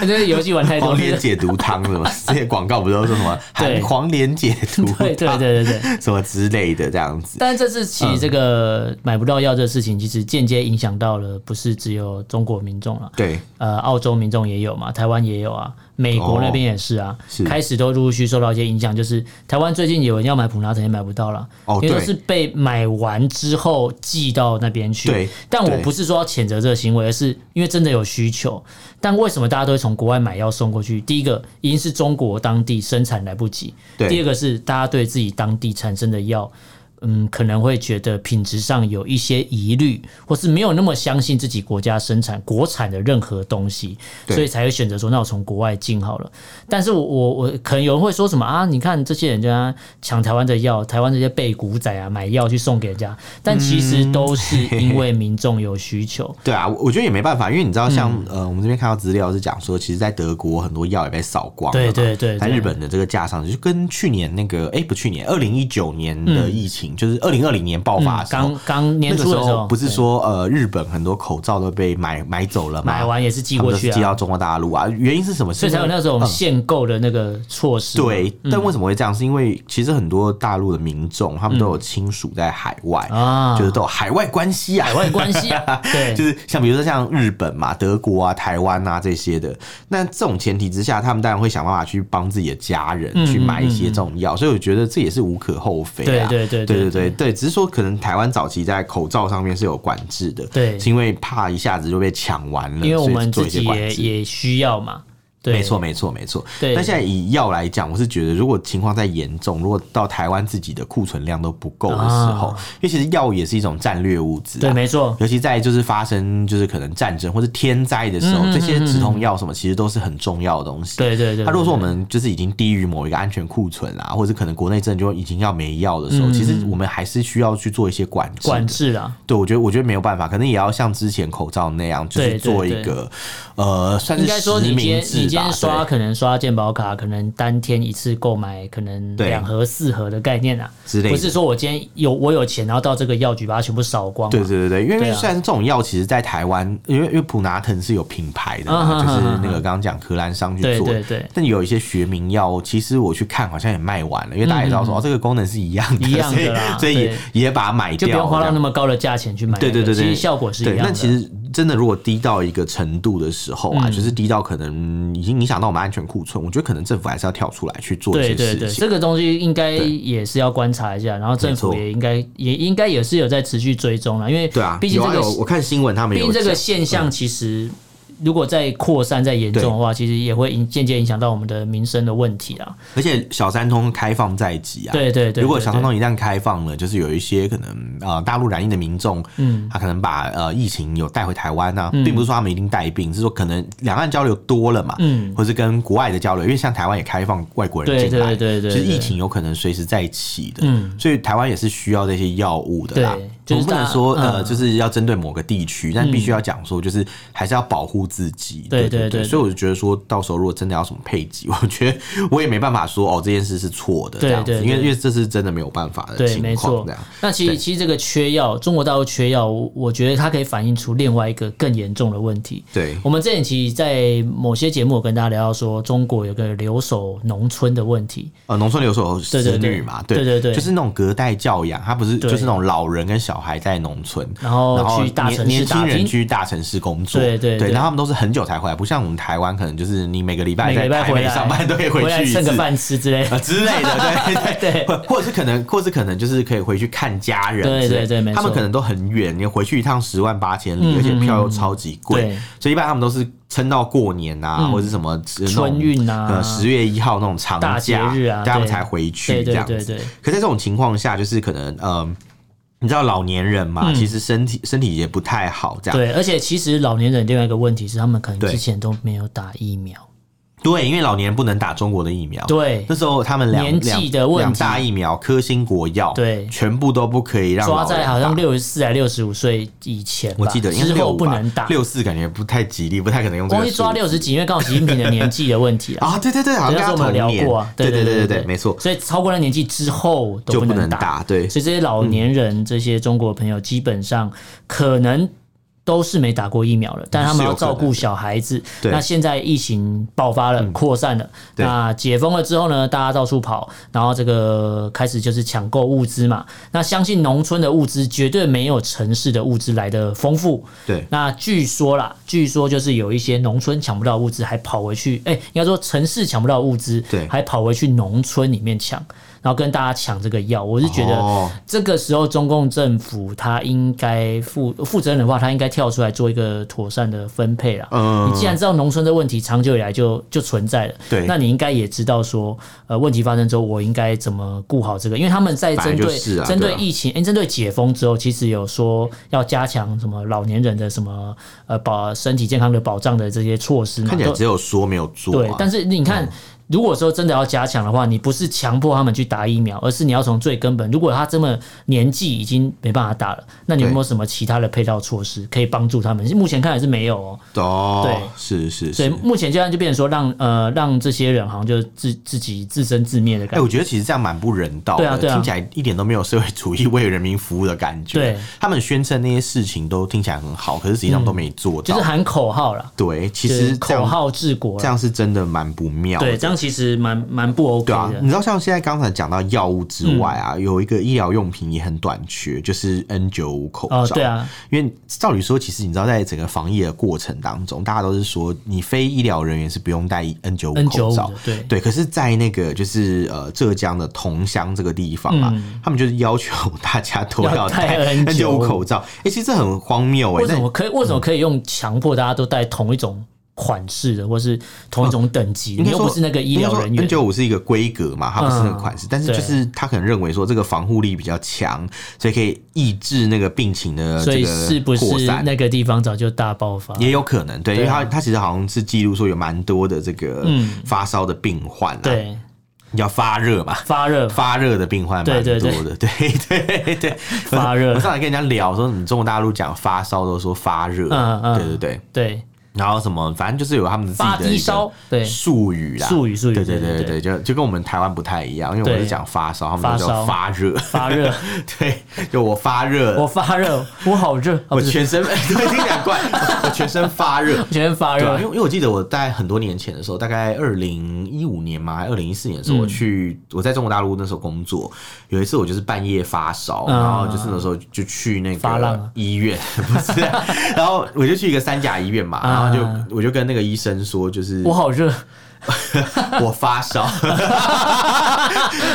S2: 这这游戏玩太多
S1: 黄连
S2: 了。
S1: 解毒汤什么？ 这些广告不都说什么含
S2: 对
S1: 黄连解毒汤
S2: 对对对对对，
S1: 什么之类的这样子？
S2: 但这次起这个买不到药这事情，其实间接影响到了不是只有中国民众了，
S1: 对，
S2: 呃，澳洲民众也有嘛，台湾也有啊，美国那边也是啊，
S1: 哦是
S2: 开始都陆陆续受到一些影响，就是台湾最近有人要买普拿疼也买不到了，
S1: 哦
S2: 因为都
S1: 对
S2: 是被买完之后寄到那边去。
S1: 对
S2: 但我
S1: 对
S2: 不是说要谴责这个行为，而是因为真的有需求。但为什么大家都会从国外买药送过去？第一个，一定是中国当地生产来不及；
S1: 对
S2: 第二个是大家对自己当地产生的药。嗯，可能会觉得品质上有一些疑虑，或是没有那么相信自己国家生产国产的任何东西，
S1: 对
S2: 所以才会选择说，那我从国外进好了。但是我我我可能有人会说什么啊？你看这些人家抢台湾的药，台湾这些被古仔啊买药去送给人家，但其实都是因为民众有需求。
S1: 对啊，我我觉得也没办法，因为你知道像，
S2: 嗯
S1: 呃，我们这边看到资料是讲说，其实，在德国很多药也被扫光了嘛
S2: 对对对对
S1: 在日本的这个架上，就跟去年那个，哎、不，去年二零一九年的疫情，就是二零二零年爆发
S2: 嗯
S1: 的时候。
S2: 刚刚年
S1: 那个
S2: 初
S1: 时
S2: 的时
S1: 候
S2: 候，
S1: 不是
S2: 对
S1: 说呃，日本很多口罩都被买买走了嘛，
S2: 买完也是寄
S1: 他们
S2: 过
S1: 都
S2: 去
S1: 是寄到
S2: 啊，
S1: 中国大陆啊。原因是什么？
S2: 所以才有
S1: 是因为
S2: 那种
S1: 嗯
S2: 限购的那个措施。，
S1: 对，
S2: 嗯
S1: 但为什么会这样？是因为其实很多大陆的民众，他们都有亲属在海外
S2: 嗯啊
S1: 就是都有海外关系啊，
S2: 海外关系啊， 对，
S1: 就是像比如说像日本嘛、德国啊、台湾啊这些的，那这种前提之下，他们当然会想办法去帮自己的家人
S2: 嗯
S1: 去买一些这种药，所以我觉得这也是无可厚非啊。
S2: 对对对嗯
S1: 对
S2: 对
S1: 对对对只是说可能台湾早期在口罩上面是有管制的，
S2: 对
S1: 是因为怕一下子就被抢完了，
S2: 因为我
S1: 所以
S2: 们
S1: 做
S2: 自
S1: 一些
S2: 己
S1: 管
S2: 也
S1: 制。
S2: 也需要嘛。对，
S1: 没错，，没错，没错。
S2: 对
S1: 但现在以药来讲，我是觉得，如果情况再严重，如果到台湾自己的库存量都不够的时候，
S2: 啊
S1: 因为其实药也是一种战略物资、啊，
S2: 对，没错，
S1: 尤其在就是发生就是可能战争或是天灾的时候，
S2: 嗯
S1: 这些止痛药什么其实都是很重要的东西。
S2: 对对对。
S1: 它如果
S2: 对
S1: 说我们就是已经低于某一个安全库存啦，或者可能国内真的就已经要没药的时候，其实我们还是需要去做一些管制的。
S2: 嗯管制啊，
S1: 对，我觉得我觉得没有办法，可能也要像之前口罩那样，就是
S2: 对对
S1: 做一个呃，算是
S2: 应该说你
S1: 实
S2: 今天
S1: 名
S2: 你
S1: 制
S2: 今
S1: 吧
S2: 天。刷
S1: 对
S2: 可能刷健保卡，可能单天一次购买可能
S1: 对
S2: 两盒四盒的概念啊，
S1: 之类的
S2: 不是说我今天有我有钱，然后到这个药局把它全部扫光嘛。
S1: 对对对对，因为因
S2: 对
S1: 为
S2: 啊
S1: 虽然这种药其实，在台湾，因为因为普拿疼是有品牌的
S2: 嗯
S1: 嘛，
S2: 哼
S1: 就是
S2: 哼哼
S1: 那个刚刚讲荷兰商去
S2: 对
S1: 做的
S2: 对，对
S1: 但有一些学名药，其实我去看好像也卖完了，因为大家也知道说、哦，这个功能是一样的，
S2: 嗯一样的啦
S1: 所以所以也
S2: 对
S1: 也把它买
S2: 就
S1: 掉，
S2: 不用花
S1: 这
S2: 到
S1: 样
S2: 那么高的价钱去买那
S1: 对
S2: 个、
S1: 对对对，
S2: 其实效果是一样的。
S1: 对那其实真的，如果低到一个程度的时候啊，
S2: 嗯
S1: 就是低到可能已经影响到我们安全库存，我觉得可能政府还是要跳出来去做一
S2: 对
S1: 些
S2: 对
S1: 事
S2: 对，
S1: 情。
S2: 这个东西应该也是要观察一下，然后政府
S1: 没错
S2: 也应该也应该也是有在持续追踪了，因为
S1: 对啊，
S2: 毕竟这个
S1: 有啊有我看新闻他们
S2: 毕
S1: 有嗯
S2: 竟这个
S1: 讲
S2: 现象其实如果再扩散、再严重的话，其实也会影间接影响到我们的民生的问题啊。
S1: 而且小三通开放在即啊，
S2: 对对对，
S1: 如果
S2: 对
S1: 小
S2: 对
S1: 三通一旦开放了，就是有一些可能呃大陆染疫的民众，嗯，他可能把呃疫情有带回台湾啊，并不是说他们一定带病，是说可能两岸交流多了嘛，
S2: 嗯，
S1: 或是跟国外的交流，因为像台湾也开放外国人
S2: 对
S1: 进来，
S2: 对对对
S1: 其实
S2: 对
S1: 疫情有可能随时再起的，
S2: 嗯，
S1: 所以台湾也是需要这些药物的啦
S2: 对，
S1: 我
S2: 就是
S1: 们不能
S2: 大
S1: 说呃
S2: 嗯
S1: 就是要针对某个地区，但必须要讲说就是还是要保护自己，
S2: 对对
S1: 对
S2: 对对
S1: 所以我就觉得说到时候如果真的要什么配给， 我觉得我也没办法说哦这件事是错的这样子，
S2: 对对
S1: 因为
S2: 对
S1: 因为这是真的没有办法的
S2: 对，
S1: 情
S2: 没
S1: 况
S2: 错
S1: 这样。。
S2: 那其
S1: 对
S2: 实其实这个缺药，中国大陆缺药，我我觉得它可以反映出另外一个更严重的问题。
S1: 对
S2: 我们之前其实在某些节目有跟大家聊到说，中国有个留守农村的问题。
S1: 呃，农村留守
S2: 对
S1: 子
S2: 对对
S1: 女嘛，
S2: 对对对
S1: 就是那种隔代教养，他不是
S2: 对
S1: 就是那种老人跟小孩在农村，
S2: 然后去大
S1: 年
S2: 城市
S1: 年轻
S2: 打
S1: 人
S2: 拼
S1: 去大城市工作，
S2: 对对对
S1: 然后他们都是很久才回来，不像我们台湾可能就是你每个礼拜
S2: 每个
S1: 在
S2: 礼拜
S1: 台
S2: 回
S1: 北
S2: 来
S1: 上班 都可以
S2: 回来
S1: 去一
S2: 蹭个
S1: 次。
S2: 饭吃之类的
S1: 呃。之类的， 对
S2: 对
S1: 或或者是可能，或者是可能就是可以回去看家人之类的，
S2: 对对对没错
S1: 他们可能都很远，你回去一趟十万八千里，
S2: 嗯
S1: 而且票又超级贵
S2: 对，
S1: 所以一般他们都是撑到过年啊，或者是什么呃那种
S2: 嗯春运啊
S1: 呃十月一号那种长
S2: 大节
S1: 假，
S2: 日啊
S1: 他们
S2: 对
S1: 才回去
S2: 对
S1: 这
S2: 对
S1: 样子
S2: 对。对，
S1: 可在这种情况下，就是可能，嗯、你知道老年人嘛，
S2: 嗯
S1: 其实身体身体也不太好，这样
S2: 对，而且其实老年人另外一个问题是，他们可能
S1: 对哦
S2: 之前都没有打疫苗，
S1: 对，因为老年人不能打中国的疫苗，
S2: 对
S1: 那时候他们两
S2: 年纪的问
S1: 两两
S2: 题
S1: 大疫苗，科兴国药，
S2: 对
S1: 全部都不可以让
S2: 抓
S1: 老
S2: 在
S1: 人
S2: 好像
S1: 打。
S2: 六十四还六十五岁以前吧，
S1: 我记得应该
S2: 之
S1: 是
S2: 后
S1: 六
S2: 不能打，
S1: 六四感觉不太吉利，不太可能用这个
S2: 光
S1: 数。
S2: 一抓六十几，因为刚好习近平的年纪的问题 啊。
S1: 啊，对对对，好像
S2: 对
S1: 跟
S2: 那时
S1: 他
S2: 候我
S1: 同
S2: 们有聊
S1: 年，
S2: 过啊，
S1: 对
S2: 对
S1: 对
S2: 对
S1: 对，没错，
S2: 所以超过那年纪之后都
S1: 就不
S2: 能
S1: 能打，对，
S2: 所以这些老
S1: 嗯
S2: 年人、这些中国朋友，基本上可能都是没打过疫苗了，但他们要照顾小孩子。
S1: 对嗯
S2: 那现在疫情爆发了、扩散了，
S1: 对
S2: 那解封了之后呢，大家到处跑，然后这个开始就是抢购物资嘛。那相信农村的物资绝对没有城市的物资来的丰富。
S1: 对
S2: 那据说啦，据说就是有一些农村抢不到物资，还跑回去，哎、应该说城市抢不到物资，
S1: 对
S2: 还跑回去农村里面抢，然后跟大家抢这个药。我是觉
S1: 哦
S2: 得这个时候中共政府他应该负负责任的话，他应该跳出来做一个妥善的分配啦。
S1: 嗯
S2: 你既然知道农村的问题长久以来就就存在了，
S1: 对
S2: 那你应该也知道说，呃，问题发生之后，我应该怎么顾好这个？因为他们在
S1: 本来
S2: 针
S1: 就
S2: 对
S1: 是啊
S2: 针
S1: 对
S2: 对
S1: 啊
S2: 疫情，哎、针对解封之后，其实有说要加强什么老年人的什么呃保身体健康的保障的这些措施嘛，
S1: 看起来
S2: 都
S1: 只有说没有做
S2: 对
S1: 啊，。
S2: 但是你看。如果说真的要加强的话，你不是强迫他们去打疫苗，而是你要从最根本。如果他这么年纪已经没办法打了，那你有没有什么其他的配套措施可以帮助他们？目前看来是没有哦。
S1: 哦
S2: 对，
S1: 是是
S2: 所以
S1: 是。
S2: 目前这样就变成说让呃让这些人好像就自自己自生自灭的
S1: 哎、
S2: 感觉。
S1: 我觉得其实这样蛮不人道的，
S2: 对啊对啊
S1: 听起来一点都没有社会主义为人民服务的感觉。
S2: 对，
S1: 他们宣称那些事情都听起来很好，可是实际上都没做
S2: 就
S1: 到。
S2: 是喊口号啦，
S1: 对，其
S2: 就是
S1: 实这
S2: 口
S1: 样
S2: 号治国啦
S1: 这样是真的蛮不妙的。
S2: 对，这样其实蛮蛮不 OK
S1: 对啊，
S2: 的嗯
S1: 你。知道像现在刚才讲到药物之外啊，有一个医疗用品也很短缺，就是 N 九五口罩。
S2: 哦，对，啊，
S1: 因为照理说，其实你知道，在整个防疫的过程当中，大家都是说你非医疗人员是不用戴 N 九五
S2: N95
S1: 口罩
S2: 的，对
S1: 可是，在那个就是呃浙江的桐乡这个地方啊，他们就是要求大家都
S2: 嗯要
S1: 戴
S2: 戴
S1: N 九
S2: N95
S1: 五口罩。哎、其实这很荒谬哎、
S2: 为什
S1: 那
S2: 么可以为什么可以用强迫大家都戴同一种款式的，或是同一种等级的？
S1: 哦应
S2: 你
S1: 该
S2: 又
S1: 说
S2: 不是那个医疗人员
S1: ，N，九五是一个规格嘛，它不是那个款式，
S2: 嗯
S1: 但是就是他可能认为说这个防护力比较强，所以可以抑制那个病情的
S2: 所
S1: 这
S2: 以是
S1: 个
S2: 不
S1: 扩
S2: 是
S1: 散。
S2: 那个地方早就大爆发？
S1: 也有可能，对，因
S2: 对
S1: 为
S2: 啊
S1: 他他其实好像是记录说有蛮多的这个发烧的病患啊，，
S2: 对，
S1: 要发热嘛，
S2: 发热
S1: 发热的病患蛮多
S2: 对对
S1: 的，对对对，
S2: 发热
S1: 我上来跟人家聊说，你中国大陆讲发烧都说发热，
S2: 嗯嗯
S1: 对对对，
S2: 对，
S1: 然后什么，反正就是有他们自己
S2: 发
S1: 的一
S2: 低
S1: 个
S2: 烧对。
S1: 术语啦，
S2: 术语术语
S1: 对对
S2: 对
S1: 对对，
S2: 对
S1: 就就跟我们台湾不太一样，因为我们
S2: 对
S1: 是讲发烧，他们都叫发
S2: 发
S1: 热，
S2: 发热，
S1: 对，就我发热
S2: 我，发热，我好热，啊、
S1: 我
S2: 不是，
S1: 全身， 对，听起来怪，我全身发热。
S2: 全发
S1: 对啊，因为
S2: 热，
S1: 因为我记得我在很多年前的时候，大概二零一五年嘛，二零一四年的
S2: 嗯
S1: 时候，我去、我在中国大陆那时候工作，有一次我就是半夜发烧，
S2: 嗯
S1: 然后就是那时候就去那
S2: 发浪
S1: 个
S2: 啊
S1: 医院， 不是啊、然后我就去一个三甲医院嘛，然后就、
S2: 嗯
S1: 我就跟那个医生说，就是
S2: 我好热，
S1: 我发烧，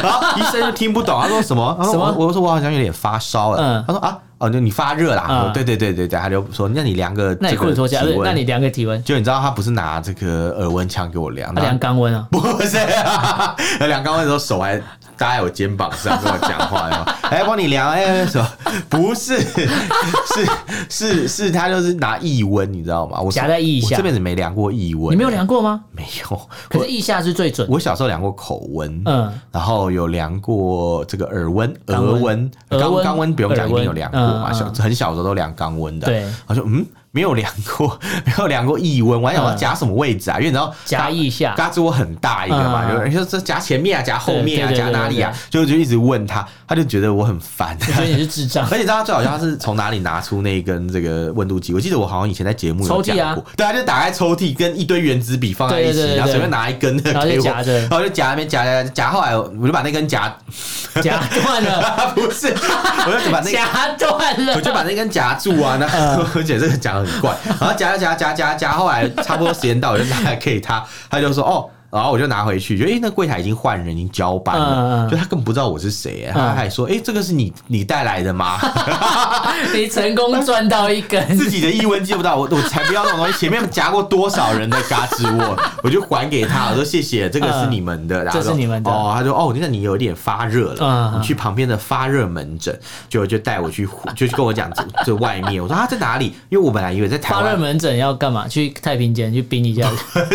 S1: 然后医生就听不懂，他说什么？他说
S2: 什么
S1: 我我说我好像有点发烧了。
S2: 嗯
S1: 他说啊，哦，就你发热啦。
S2: 嗯
S1: 我说对对对对对，他就说那你量个
S2: 那
S1: 这
S2: 你
S1: 个
S2: 裤子脱下来，
S1: 体
S2: 不是
S1: 温
S2: 那你量个体温，
S1: 就你知道他不是拿这个耳温枪给我量，
S2: 那量
S1: 他
S2: 肛温啊，
S1: 不是、啊，他量刚温的时候手还。搭在我肩膀上跟我讲话， 然后哎，帮你量哎什么？不是， 是是是，他就是拿腋温，你知道吗？我
S2: 夹在腋
S1: 我
S2: 下
S1: 这辈子没量过腋温，哎
S2: 你没有量过吗？
S1: 没有，
S2: 可是腋下是最准的，
S1: 我小时候量过口温，
S2: 嗯，
S1: 然后有量过这个耳温、
S2: 肛
S1: 额
S2: 温
S1: 温、
S2: 额
S1: 肛
S2: 温
S1: 肛温，不用讲，
S2: 耳
S1: 一
S2: 温
S1: 定有量过嘛。
S2: 嗯嗯
S1: 小很小的时候都量肛温的，
S2: 对
S1: 我说嗯，没有量过， 没有量过腋温，我还想我
S2: 嗯
S1: 夹什么位置啊？因为你知道
S2: 夹腋下
S1: 嘎吱窝很大一个嘛，
S2: 嗯嗯嗯
S1: 有人说这夹前面啊，夹后面啊，
S2: 对对对
S1: 夹哪里啊？就就一直问他，他就觉得我很 烦。
S2: 我觉得你是智 障
S1: 而。且你知道最好笑，他是从哪里拿出那一根这个温度计？我记得我好像以前在节目有
S2: 抽
S1: 讲
S2: 屉啊
S1: 过，对啊，就打开抽屉跟一堆原子笔放在一
S2: 对对
S1: 起，
S2: 对
S1: 然后
S2: 对
S1: 随便拿一根的
S2: 然后就
S1: 给我，
S2: 夹 着
S1: 然后就夹那边夹夹夹夹，后来我就把那根夹，
S2: 夹断了，
S1: 不是，我就把那根。
S2: 夹断了，嗯
S1: 我就把那根夹住啊，然后 而且这个夹很怪。然后夹夹夹夹夹夹，后来差不多时间到，我就拿来给他，他就说哦。然后我就拿回去，就因为那柜台已经换人，已经交班了，
S2: 嗯嗯嗯嗯
S1: 就他根本不知道我是谁、他还说：“哎、这个是你你带来的吗？”
S2: 你成功赚到一根，
S1: 自己的异温接不到，我我才不要那种东西。前面夹过多少人的嘎吱窝， 我就还给他，我说谢谢，这个是你们的，然后
S2: 嗯这是你们的
S1: 哦，他说哦，那你有点发热了，
S2: 嗯
S1: 你去旁边的发热门诊，就就带我去，就跟我讲这这外面，我说啊他在哪里？因为我本来以为在台
S2: 发热
S1: 湾。
S2: 门诊要干嘛？去太平间去冰 一下。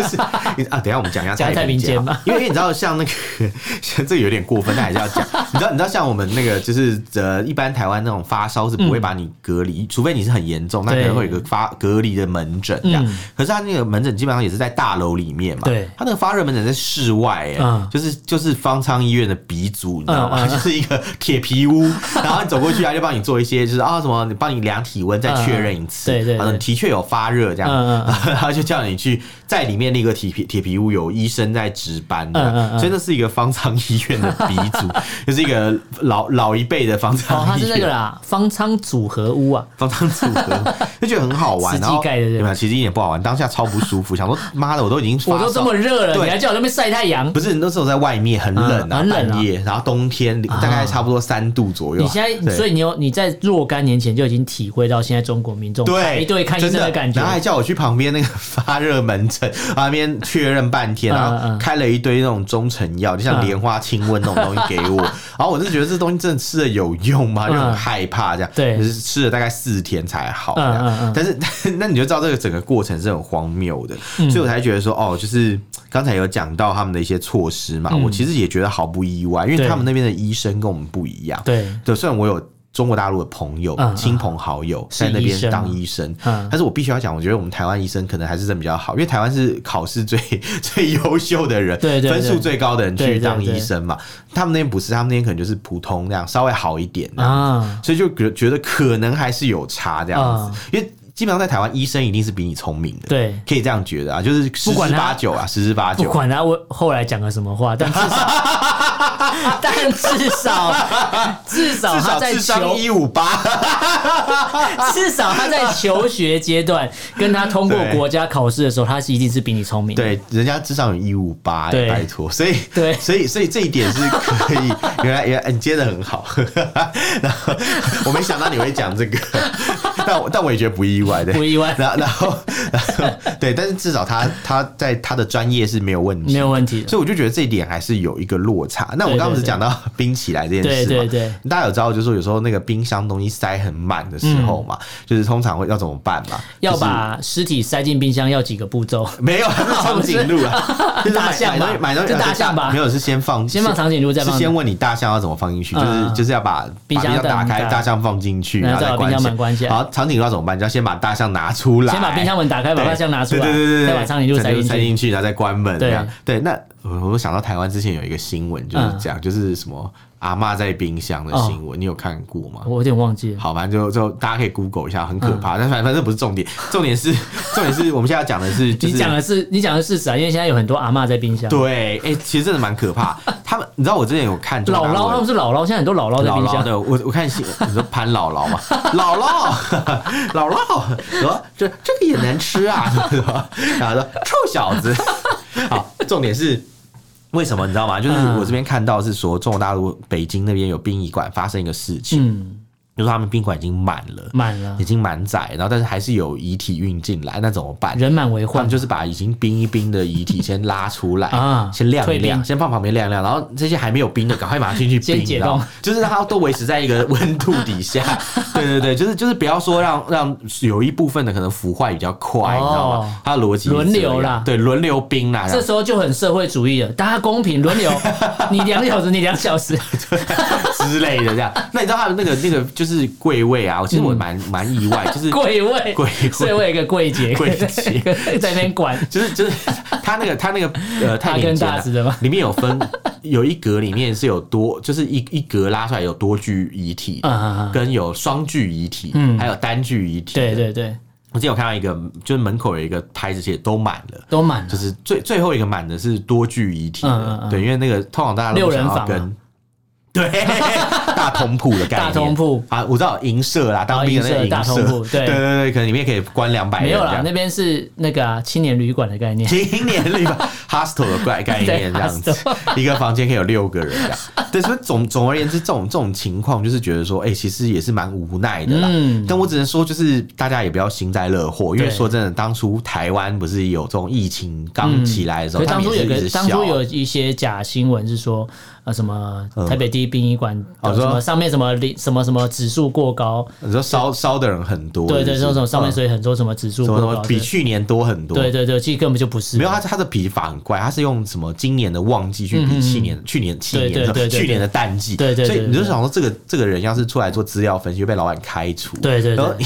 S1: 是 啊，等一下我们讲一下
S2: 讲
S1: 太
S2: 太
S1: 平
S2: 平
S1: 间
S2: 间
S1: 好
S2: 吧
S1: 因为因为你知道像那个，像这个有点过分，但还是要讲。你知道你知道像我们那个就是呃，一般台湾那种发烧是不会把你隔离，除非你是很严重，那可
S2: 嗯对
S1: 能会有一个发隔离的门诊这样。
S2: 嗯
S1: 可是他那个门诊基本上也是在大楼里面嘛，
S2: 对
S1: 他那个发热门诊在室外、哎、
S2: 嗯
S1: 就是就是方舱医院的鼻祖，你知道吗？
S2: 嗯嗯 嗯
S1: 就是一个铁皮屋，然后你走过去，他就帮你做一些就是啊什么，你帮你量体温，再确认一次，啊
S2: 嗯嗯对对对
S1: 然后你的确有发热这样。
S2: 嗯嗯嗯
S1: 然后就叫你去在里面那个铁皮铁皮屋有医生在值班的，
S2: 嗯嗯嗯
S1: 所以那是一个方舱医院的鼻 祖，就是一个老老一辈的方
S2: 哦，
S1: 舱
S2: 它
S1: 医
S2: 是那
S1: 院。
S2: 个啦，方舱组合屋啊，
S1: 方舱组 合就觉得很好玩，
S2: 实际
S1: 然后
S2: 盖的对吧
S1: 没有？其实一点不好玩，当下超不舒 服，想说妈的，我都已经发
S2: 我都这
S1: 烧
S2: 么热了，
S1: 对
S2: 你还叫我在那边晒太阳？
S1: 不是，那时候在外面很冷
S2: 嗯
S1: 啊，
S2: 很冷啊
S1: 半夜，然后冬天大概差不多三度左右啊。
S2: 你现在，所
S1: 以
S2: 以你有你在若干年前就已经体会到现在中国民众排
S1: 对
S2: 队看医生
S1: 真
S2: 的感觉
S1: 然后还叫我去旁边那个发热门诊那边确认半天，
S2: 嗯
S1: 然后
S2: 嗯
S1: 开了一堆那种中成药，就像
S2: 嗯
S1: 莲花清瘟那种东西给 我，然后我就觉得这东西真的吃了有用吗？就很
S2: 嗯
S1: 害怕这样，
S2: 对
S1: 就是吃了大概四天才好这
S2: 嗯嗯
S1: 样
S2: 嗯，
S1: 但是 那你就知道这个整个过程是很荒谬的，
S2: 嗯
S1: 所以我才觉得说哦，就是刚才有讲到他们的一些措施嘛，我其实也觉得毫不意外，因为
S2: 嗯对
S1: 他们那边的医生跟我们不一样，
S2: 对，
S1: 对，虽然我有中国大陆的朋友、
S2: 嗯嗯
S1: 亲朋好友
S2: 是
S1: 在那边
S2: 医生吗
S1: 当医生，
S2: 嗯
S1: 但是我必须要讲，我觉得我们台湾医生可能还是真的比较好，因为台湾是考试最 最优秀的人，
S2: 对对对
S1: 分数最高的人
S2: 对对
S1: 去当
S2: 对
S1: 医生嘛。他们那边不是，他们那边可能就是普通那样，稍微好一点那样
S2: 啊，
S1: 所以就觉觉得可能还是有差这样子，因为基本上在台湾，医生一定是比你聪明的，
S2: 嗯对
S1: 可以这样觉得啊，就是十
S2: 不管
S1: 之
S2: 他
S1: 八九啊，十之八
S2: 不
S1: 九。
S2: 管他我后来讲了什么话，但至少，但至少， 至少
S1: 至
S2: 他
S1: 少
S2: 在
S1: 智
S2: 求
S1: 商一五八，
S2: 至少他在求学阶段，跟他通过国家考试的时候，他是一定是比你聪明。，
S1: 对，人家至少有一五八，
S2: 对
S1: 拜托，所以
S2: 对
S1: 所以所以这一点是可以， 原来原哎来你接的很好， 然后我没想到你会讲这个， 但我但我也觉得不意外的，
S2: 不意外
S1: 然后然后然后对，但是至少他他在他的专业是没有问题，
S2: 没有问题的。
S1: 所以我就觉得这一点还是有一个落差。那我刚刚不是讲到冰起来这件事嘛？
S2: 对对对
S1: 大家有知道，就是说有时候那个冰箱东西塞很满的时候嘛，就是通常会要怎么办嘛？
S2: 嗯要
S1: 就是
S2: 把尸体塞进冰箱要几个步骤？
S1: 没有， 是长颈鹿啊， 就是买
S2: 大象吧
S1: 买东西买东西
S2: 就大象吧
S1: 没有是先放
S2: 先放长颈鹿再
S1: 是
S2: 放
S1: 先问你大象要怎么放进去，就是
S2: 嗯
S1: 就是要把
S2: 冰
S1: 把
S2: 箱
S1: 箱打开，
S2: 门打
S1: 大象放进去，
S2: 然
S1: 然
S2: 后
S1: 后
S2: 再
S1: 再
S2: 把冰箱门关起来
S1: 好，长颈鹿要怎么办？就要先把大象拿出来，
S2: 先把冰箱门打开，把
S1: 对
S2: 大象拿出来，
S1: 对对对对，
S2: 再把长颈鹿塞进
S1: 塞
S2: 去。
S1: 进去，然后再关门
S2: 对
S1: 这样。对，那我我想到台湾之前有一个新闻就是
S2: 嗯
S1: 这样，就是什么阿嬷在冰箱
S2: 哦
S1: 的新闻，你有看过吗？
S2: 我有点忘记了，
S1: 好，反正就就大家可以 Google 一下，很可
S2: 嗯
S1: 怕。但反反正不是重点，重点是重点是我们现在要讲的是，就
S2: 你
S1: 是
S2: 讲的是你讲的是事实啊，因为现在有很多阿嬷在冰 箱。
S1: 对，哎、其实真的蛮可怕。他们，你知道我之前有看中国
S2: 姥
S1: 大陆
S2: 姥他们是姥姥，现在很多姥姥
S1: 的
S2: 在
S1: 姥
S2: 冰
S1: 姥
S2: 箱。
S1: 的，我我看新闻，你说潘姥 姥嘛，姥姥姥姥，说这这个也能吃啊， 然后说臭小子。 好，重点是。为什么你知道吗？就是
S2: 嗯
S1: 我这边看到是说，中国大陆北京那边有殡仪馆发生一个事情，
S2: 嗯，
S1: 就是他们殡仪馆已经满了，
S2: 满了
S1: 已，经满载，然后但是还是有遗体运进来，那怎么办？
S2: 人满为
S1: 他
S2: 患
S1: 们。就是把已经冰一冰的遗体先拉出来
S2: 啊
S1: 先晾一
S2: 退
S1: 晾，
S2: 冰
S1: 先放旁边晾一晾，然后这些还没有冰的，赶快把它进去冰，
S2: 先
S1: 你知
S2: 解
S1: 道
S2: 冻
S1: 吗就是让它都维持在一个温度底下。对对对，就是就是不要说让让有一部分的可能腐坏比较快，
S2: 哦
S1: 你知道吗？它的逻辑是
S2: 轮流
S1: 这样
S2: 啦
S1: 对，轮流冰啦，然
S2: 这
S1: 后
S2: 时候就很社会主义了，大家公平轮流，你两小时，你两 小时，
S1: 之类的这样。那你知道它的那个那个就是柜位啊，其实
S2: 嗯
S1: 我蛮蛮意外，就是
S2: 贵位，
S1: 贵位
S2: 所以我有一个柜姐，
S1: 柜姐
S2: 在那边管，
S1: 就是就是他那个他那个呃太
S2: 大
S1: 平
S2: 根
S1: 间
S2: 大
S1: 啊
S2: 直的吗
S1: 里面有分有一格里面是有多就是一一格拉出来有多具遗体，
S2: 嗯嗯嗯
S1: 跟有双具遗体，
S2: 嗯
S1: 还有单具遗体。
S2: 对，对对，
S1: 我记得我看到一个就是门口有一个牌子写都满了。
S2: 都满了
S1: 就。是最最后一个满的是多具遗体的，
S2: 嗯嗯嗯
S1: 对，因为那个通常大家都不
S2: 六人
S1: 想要
S2: 房啊
S1: 跟。对， 大通铺的概念，
S2: 大通铺哦
S1: 啊，我知道银社啦，当兵的那个
S2: 银社大
S1: 银
S2: 通
S1: 社，
S2: 铺对
S1: 对对对，可能里面可以关两百人
S2: 没
S1: 这
S2: 有
S1: 样，
S2: 啦，那边是那个啊青年旅馆的概念。
S1: 青年旅 馆 hostel 的概概念这样子
S2: 对，
S1: 一个房间可以有六个人这样。对，所以总总而言之，这种这种情况就是觉得说，哎、其实也是蛮无奈的啦。
S2: 嗯
S1: 但我只能说，就是大家也不要幸灾乐祸，因为
S2: 对
S1: 说真的，当初台湾不是有这种疫情刚起来的时
S2: 所
S1: 候，
S2: 以
S1: 他
S2: 嗯当
S1: 们
S2: 初
S1: 也
S2: 有
S1: 是一
S2: 个
S1: 直
S2: 当
S1: 笑
S2: 初
S1: 啊
S2: 有一些假新闻是说，呃，什么台北第一殡仪馆，
S1: 嗯哦
S2: 呃
S1: 说
S2: 什么上面什么零什么什么指数过高，
S1: 你说烧烧的人很多，
S2: 对
S1: 就
S2: 对，
S1: 是
S2: 说什么上面
S1: 嗯
S2: 所以很多什么指数
S1: 什么什
S2: 过
S1: 么
S2: 高，
S1: 比
S2: 对
S1: 去年多很多，
S2: 对对对，其实根本就不是，
S1: 没有，他啊他的比法很怪，他是用什么今年的旺季去比去年、去年去
S2: 嗯对
S1: 年的
S2: 对对对
S1: 去年的淡季，
S2: 对对对
S1: 所以
S2: 对
S1: 你就
S2: 对
S1: 想说这个这个人要是出来做资料分析，会被老板开除，
S2: 对嗯对对
S1: 然后 你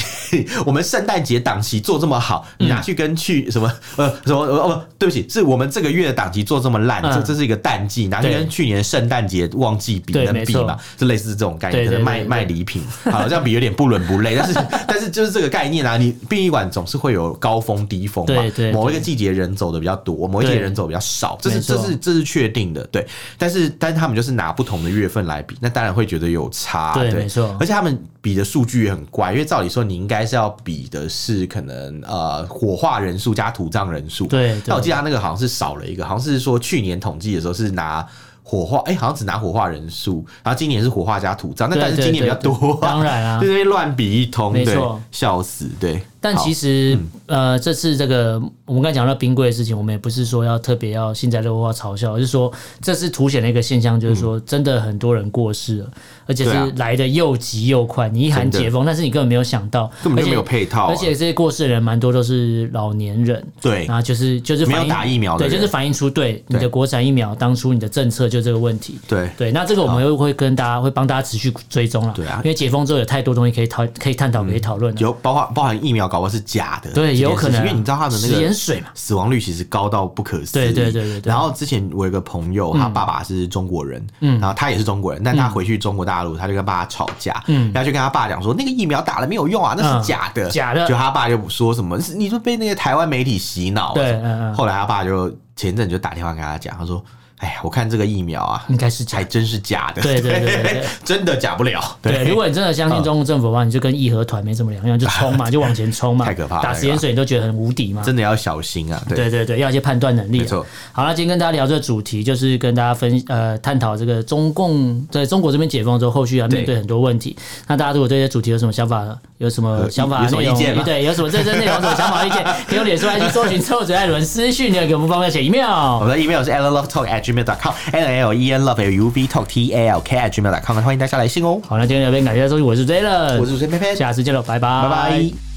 S1: 我们圣诞节档期做这么好，你拿去跟去什么呃什么呃哦对不起，是我们这个月的档期做这么烂，
S2: 嗯
S1: 这这是一个淡季，拿去
S2: 对
S1: 跟去年圣诞节旺季比
S2: 对
S1: 能
S2: 没
S1: 比
S2: 错
S1: 嘛？就类似这种概
S2: 对
S1: 念，可
S2: 对
S1: 能
S2: 对
S1: 卖
S2: 对
S1: 卖礼品，好这样比有点不伦不类，但 是但是就是这个概念啊，你殡仪馆总是会有高峰低峰嘛
S2: 对对，
S1: 某一
S2: 对
S1: 个季节人走的比较多，某一
S2: 对
S1: 些人走比较少，这是
S2: 没错
S1: 这是这是确定的，对。但是但是他们就是拿不同的月份来比，那当然会觉得有差，
S2: 对
S1: 对，
S2: 没错
S1: 而且他们比的数据也很怪，因为照理说你应该是要比的是可能呃火化人数加土葬人数，
S2: 对对
S1: 那我记得他那个好像是少了一个，好像是说去年统计的时候是拿。火化，哎、好像只拿火化人数，然后今年是火化加土葬，那
S2: 对
S1: 但是
S2: 对
S1: 今年比较
S2: 对对
S1: 多、啊，
S2: 当然 啊
S1: 就，是被乱比一通，
S2: 没
S1: 对
S2: 错，
S1: 笑死，对。
S2: 但其
S1: 实
S2: 实，呃，这次这个我们刚才讲到冰柜的事情，我们也不是说要特别要幸灾乐祸、嘲笑，而是说这是凸显了一个现象，就是说真的很多人过世了，而且
S1: 嗯对
S2: 是
S1: 啊
S2: 来的又急又快。你一喊
S1: 真的
S2: 解封，但是你根本没有想到，
S1: 根本就没有
S2: 而且
S1: 配套啊
S2: 而且这些过世的人蛮多都是老年人，
S1: 对
S2: 然后就是就是反映
S1: 没有打疫苗的
S2: 对，
S1: 人
S2: 就是反映出对你的
S1: 对
S2: 国产疫苗当初你的政策就这个问题，
S1: 对
S2: 对，那这个我们又会跟大家会帮大家持续追踪了，
S1: 对啊嗯
S2: 因为解封之后有太多东西可以讨可以探讨可以讨论啊了。
S1: 有包含包含疫苗，搞不好是假的，
S2: 对，
S1: 这件
S2: 有可能
S1: 事
S2: 啊、
S1: 情因为你知道他的那
S2: 食盐
S1: 个
S2: 水嘛，
S1: 死亡率其实高到不可思议。
S2: 对对对对对嗯
S1: 然后之前我有一个朋友，他爸爸是中国人，然后他也是中国人，但他回去中国大陆，他就跟爸爸吵架，然后就跟他爸讲说那个疫苗打了没有用啊，那
S2: 嗯
S1: 是假的，
S2: 假的
S1: 就他爸就说什么，是你说被那个台湾媒体洗脑啊。
S2: 对嗯嗯
S1: 后来他爸就前阵就打电话跟他讲，他说。哎呀，我看这个疫苗啊，
S2: 应该是假
S1: 还真是假的，
S2: 嗯对对对对对
S1: 真的假不了。
S2: 对，如果你真的
S1: 嗯
S2: 相信中共政府的话，你就跟义和团没什么两样，就 冲嘛，就往前冲嘛。
S1: 太可怕了
S2: 打食盐水你都觉得很无敌嘛。
S1: 真的要小心啊，对
S2: 对对对，要有一些判断能力啊、
S1: 没错
S2: 好那今天跟大家聊这个主题，就是跟大家分呃探讨这个中共在中国这边解封之后，后续要面对
S1: 对
S2: 很多问题。那大家如果对这些主题有什么想法，有什么
S1: 呃
S2: 想法、
S1: 有什么
S2: 内容
S1: 意见吗
S2: 对，有什么这这内容、有什么想法、意见，可以用 脸书来去搜寻“臭嘴艾伦”私讯，你有给我们方面写 email
S1: 我。们的 email 是 allenlovetalk at gmail.com，l l e n love l u v talk t a l k at gmail.com，欢迎大家来信哦。
S2: 好，那今天这边感谢大家收听，我是 Jalen，
S1: 我是主持人佩佩，
S2: 下次见喽，拜拜，
S1: 拜拜。